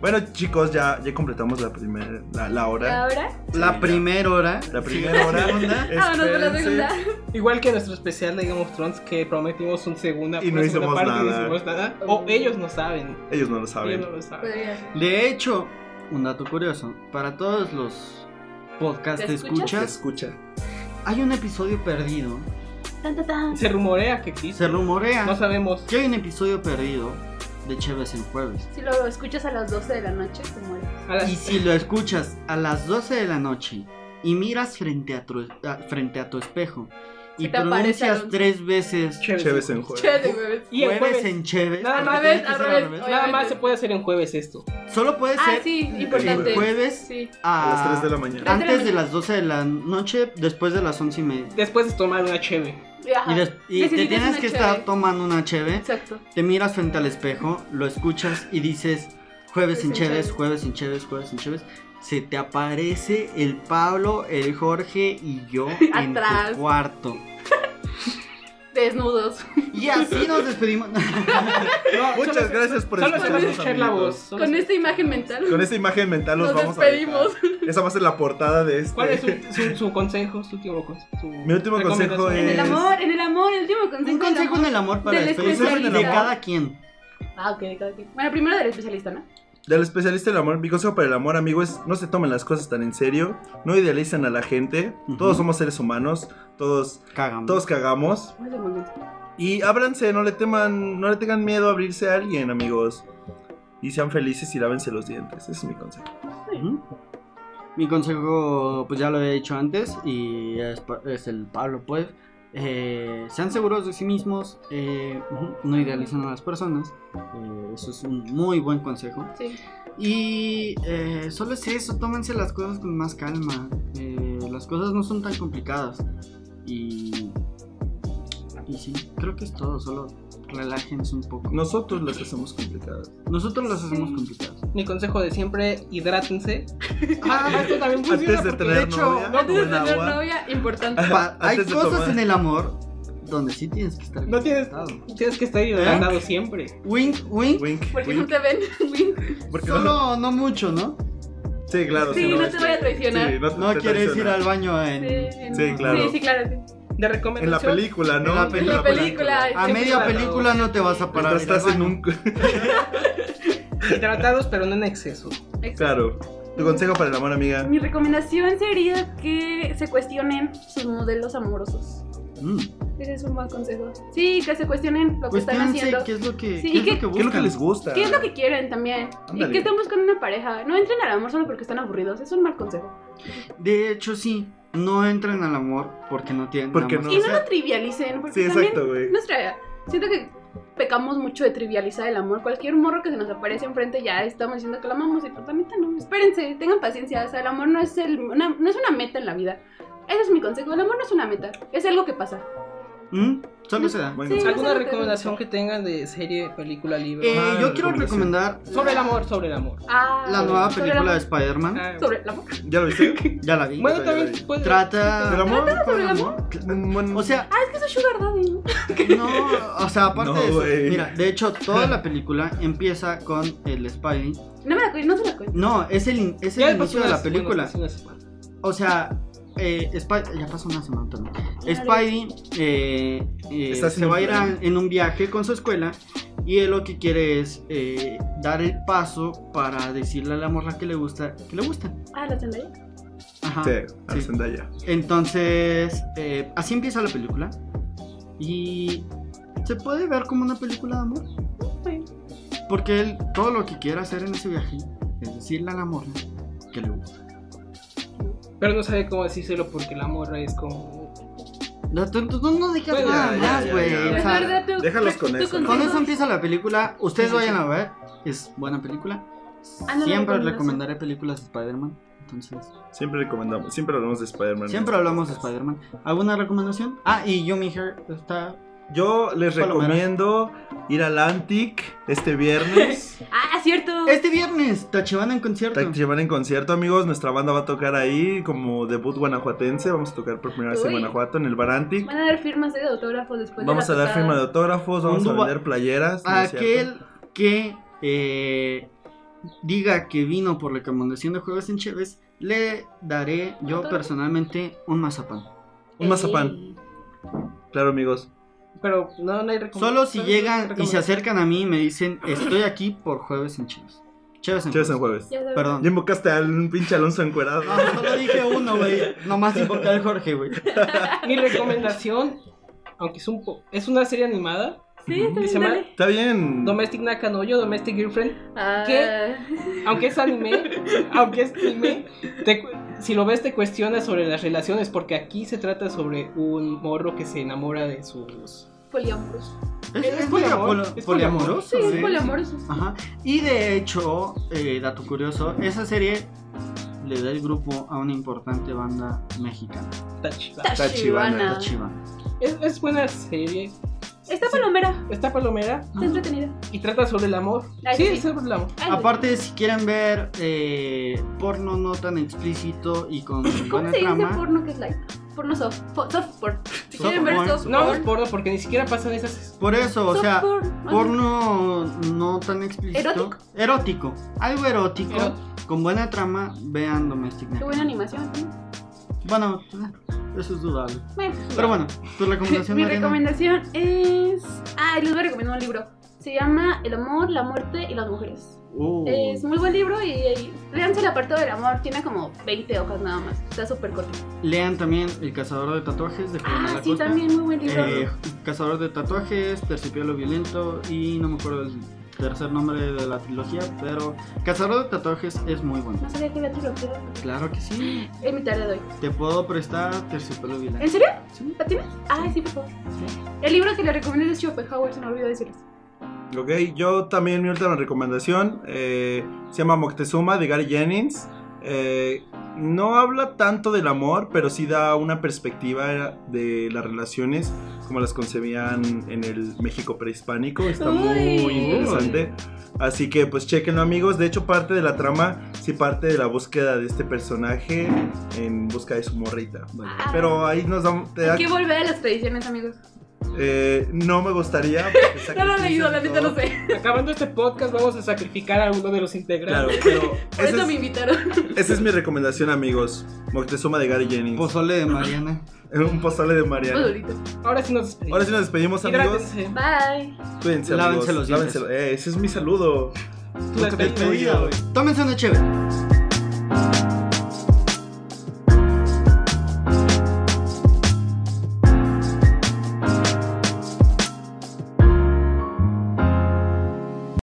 bueno, chicos, ya, ya completamos la primera, la, la
¿Y
hora.
ahora?
Sí,
la
ya.
primera hora.
La primera
Sí,
hora.
segunda.
Ah, no, la
Espérense.
segunda.
Igual que nuestro especial de Game of Thrones que prometimos un segunda,
Y no
una segunda
hicimos
parte y no
nada.
hicimos nada. O ellos no saben.
Ellos no lo
Ellos
saben.
no lo saben.
Podría ser.
De hecho, un dato curioso, para todos los podcasts
¿Te
que
Se
escuchas,
escucha.
hay un episodio perdido.
Tan, tan, tan.
Se rumorea que existe.
Se rumorea
No sabemos.
que hay un episodio perdido de Chéves en jueves.
Si lo escuchas a las 12 de la noche, te mueres.
A las-
Y si lo escuchas a las 12 de la noche y miras frente a tu, a- frente a tu espejo y
Se te aparece
pronuncias
Alonso.
tres veces
Chéves.
Chéves en juego.
Che, de bebés.
Y el
jueves
jueves.
en Chéves,
Nada
porque
más,
tiene que
al
ser
Nada
revés,
más
Obviamente.
se puede hacer en jueves esto.
Solo puede
Ah,
ser
sí,
el
importante.
jueves
Sí.
A las
a,
3 de la mañana.
Tres de la
antes de las 12 de la noche, después de las 11 y media.
Después de tomar una cheve.
Ajá.
Y, des- y te
Necesitas
tienes
una
que
cheve.
estar tomando una cheve,
Exacto.
te miras frente al espejo, lo escuchas y dices jueves sin
Sin
cheves,
cheves.
jueves sin cheves, jueves sin cheves. Se te aparece el Pablo, el Jorge y yo en
Atrás.
tu cuarto.
Desnudos.
Y así nos despedimos.
No, Ah, solo-
Muchas gracias por
Solo se va a
escucharnos.
escuchar la
amigos.
voz. solo
Con
se-
esta imagen mental.
Con esta imagen mental los
nos
vamos a
despedimos.
dejar. Esa va a ser la portada de este.
¿Cuál es su, su- su consejo? Su último consejo. su
Mi último
recomendación?
consejo
En
es-
el amor, en el amor, el último consejo.
Un consejo en el amor para
Del
despedirse
especialista.
de cada quien.
Ah, ok, ok, ok. Bueno, primero del especialista, ¿no?
Del especialista del amor, mi consejo para el amor, amigo, es no se tomen las cosas tan en serio, no idealizan a la gente,
Ujú.
todos somos seres humanos, todos,
Cagamos.
todos cagamos.
Ay, Dios mío.
Y ábranse, no le teman, no le tengan miedo a abrirse a alguien, amigos. Y sean felices y lávense los dientes. Ese es mi consejo.
Ujú. Mi consejo, pues ya lo he dicho antes, y es, pa- es el Pablo, pues. eh, sean seguros de sí mismos, eh, ujú, no idealicen a las personas. eh, eso es un muy buen consejo.
Sí.
Y eh, solo es eso, tómense las cosas con más calma. eh, las cosas no son tan complicadas. Y, y sí, creo que es todo, solo relájense un poco.
Nosotros las hacemos complicadas.
Nosotros las hacemos complicadas.
Mi consejo de siempre, hidrátense.
Ah,
esto también
Antes de
funciona Pues porque,
tener
hecho,
novia,
no,
Antes de
tomen
tener
agua.
novia, importante.
Ajá,
hay
antes de
cosas
tomar.
en el amor donde sí tienes que estar.
No tienes-
hidratado.
Tienes que
¿Eh?
estar hidratado siempre.
Wink, wink.
Wink,
Porque no
wink.
te ven. Wink.
Porque no-
Solo no mucho, ¿no?
Sí, claro.
Sí,
si
no
es
te
que-
vaya a traicionar.
sí, no te-
No
te
quieres ir
traiciona.
al baño en.
Sí,
Sí,
no.
claro.
Sí, sí, claro. sí.
De recomendación.
En la película, ¿no? pues,
En la
En la
película.
película.
A
sí,
media
claro.
película no te vas a parar.
Mientras
ir al
estás en
baño.
un.
Hidratados, pero no en exceso.
Exacto.
claro. Tu consejo para el amor, amiga.
Mi recomendación sería que se cuestionen sus modelos amorosos.
Mm.
Ese es un buen consejo. Sí, que se cuestionen lo que están
Cuestiónense
haciendo.
Pues qué es lo que.
Sí,
qué es
¿qué-
lo que
¿Qué es lo que
buscan.
les gusta?
¿Qué es lo que quieren también?
Ándale.
¿Y qué están buscando una pareja? No entren al amor solo porque están aburridos. Es un mal consejo.
De hecho, sí. No entran al amor porque no tienen.
Porque
amor.
no.
y no
sé.
lo trivialicen, porque
Sí,
también
exacto, güey.
nuestra... Siento que pecamos mucho de trivializar el amor. Cualquier morro que se nos aparece enfrente ya estamos diciendo que lo amamos y pues la neta no. Espérense, tengan paciencia. O sea, el amor no es, el, una- no es una meta en la vida. Ese es mi consejo. El amor no es una meta. Es algo que pasa.
Mm. Solo se da.
Bueno,
Sí.
¿Alguna recomendación que tengan de serie, película, libro?
Eh,
Ah,
yo quiero
recomendación.
recomendar
Sobre el amor, sobre el amor.
Ah,
la nueva
sobre
película
la-
de Spider-Man.
Ah,
Sobre el amor.
¿Ya lo viste?
Ya la vi.
bueno,
ya, ya, ya.
también puede.
Trata.
¿Del amor?
sobre el
Bueno,
O sea,
Ah, es que eso es Sugar Daddy. ¿no?
no, o sea, aparte
No,
de eso,
güey.
mira, de hecho, toda la película empieza con el Spidey.
No me la cuento, no se la cuento.
No, es el, in- es el
Ya pasó
inicio de
una
la
semana,
película.
pasó una semana.
O sea, eh, Spidey. Ya pasó una semana también. Spidey eh, eh,
Está
se
haciendo
va a
un
ir a-
plan.
en un viaje con su escuela. Y él lo que quiere es eh, dar el paso para decirle a la morra que le gusta, que le gusta.
Ah, la Zendaya.
Ajá.
Sí, a
Ah, sí.
Zendaya.
Entonces, eh, así empieza la película. Y se puede ver como una película de amor.
Sí.
Porque él todo lo que quiere hacer en ese viaje es decirle a la morra que le gusta.
Pero no sabe cómo decírselo porque la morra es como.
No, tú- tú- tú no digas
Bueno,
nada
ya,
más,
ya,
güey.
ya,
O
ya.
Es
sea,
verdad, tú-
déjalos
tú
con eso.
consigues-
Con eso empieza la película. Ustedes
Sí, sí, sí.
vayan a ver. Es buena película.
Ah, no,
Siempre
no, no, no.
recomendaré películas de Spider-Man. Entonces,
Siempre recomendamos, siempre hablamos de Spider-Man.
siempre hablamos de Spider-Man. ¿Alguna recomendación? Ah, y Yumi Hair está.
Yo les
Palomera.
recomiendo ir al Antic este viernes.
Ah, cierto.
Este viernes, Tachibana en concierto.
Te llevan en concierto, amigos. Nuestra banda va a tocar ahí como debut guanajuatense. Vamos a tocar por primera vez en
Uy.
Guanajuato, en el Bar Antic.
Van a dar firmas de autógrafos después
Vamos
de
a
la
dar firma de autógrafos, vamos a
Duba-
vender playeras. ¿no es cierto?
Aquel que eh, diga que vino por recomendación de Juegos en Chévez, le daré yo
Autógrafo.
personalmente un mazapán.
Un mazapán, claro, amigos.
Pero no, no hay recom-
Solo si
no hay
llegan y se
recomendación.
acercan a mí y me dicen, estoy aquí por Jueves en Chévez. Chévez en
Chévez en
Jueves.
jueves.
Ya sabes.
Perdón.
Ya invocaste a un pinche Alonso encuerado.
Ah.
No, solo dije uno, güey. Nomás invoqué al Jorge, güey.
Mi recomendación, aunque es un po- es una serie animada,
Sí, está
que se
bien,
llama
dale.
Está bien.
Domestic Nakanoyo, Domestic Girlfriend,
Ah,
¿Qué? aunque es anime, aunque es anime, te cu- si lo ves te cuestionas sobre las relaciones, porque aquí se trata sobre un morro que se enamora de sus...
Poliamoroso.
Es,
Es
es
poliamor-
medio polo-
es
poliamoroso.
Sí, es
¿eh?
poliamoroso.
Ajá. Y de hecho, eh, dato curioso, esa serie le da el grupo a una importante banda mexicana,
Tachi.
Tachibana.
Tachibana.
Tachibana.
Es, es buena serie,
Está palomera.
está palomera
Está entretenida.
y trata sobre el amor.
Ay,
sí,
sí.
es sobre el amor.
Ay,
Aparte, si quieren ver eh, porno no tan explícito y con
¿Cómo
buena
se dice
trama,
porno que es light? Porno soft. po- Soft porn. Si
Soft
quieren ver
porn.
soft
No, no es
porn.
porno porque ni siquiera pasan esas...
por eso, o
soft
sea,
porn.
porno no tan explícito,
Erótico.
erótico, algo erótico,
Eró-
con buena trama, vean Domestic
Qué
Night.
buena animación. ¿no?
Bueno, eso es dudable.
Bueno,
Pero bueno, tu recomendación.
Mi
Mariana?
recomendación es. Ah, les voy a recomendar un libro. Se llama El amor, la muerte y las mujeres.
Uh,
Es muy buen libro y, y léanse el apartado del amor. Tiene como 20 hojas nada más. Está súper corto.
Lean también El cazador de tatuajes de Julián
Ah,
Acosta.
sí, también muy buen libro.
Eh, cazador de tatuajes, Tercipielo Violento y no me acuerdo el tercer nombre de la trilogía, pero Cazador de tatuajes es muy bueno.
No sabía que había trilogía.
Claro que sí.
En mi tarea de hoy.
Te puedo prestar Tercipielo Violento.
¿En serio?
Sí.
¿La tienes? Ah, sí, por favor. El libro que le recomiendo es de Schopenhauer, se me olvidó decirles.
Ok, yo también mi última recomendación eh, se llama Moctezuma de Gary Jennings. Eh, no habla tanto del amor, pero sí da una perspectiva de las relaciones como las concebían en el México prehispánico. Está muy
Uy.
interesante. Así que pues chequenlo amigos. De hecho parte de la trama sí parte de la búsqueda de este personaje en busca de su morrita. Vale.
Ah.
Pero ahí nos damos... te da-
Hay que volver a las tradiciones, amigos.
eh, no me gustaría...
No lo he leído, la neta
no
no sé.
Acabando este podcast vamos a sacrificar a uno de los
Claro,
integrantes.
pero...
Por
ese
eso
es-
me invitaron.
Esa es mi recomendación, amigos. Moctezuma de Gary Jennings. Eh,
Pozole de Mariana.
Un pozole de
Muy
Mariana.
durito.
Ahora sí nos despedimos.
Ahora sí nos despedimos, amigos.
Hidrátense.
Bye.
Cuídense, amigos.
Lávense los dientes.
Lávenselo. Eh, ese es mi saludo.
Tu despedida.
Despedida, güey.
Tómense una chévere.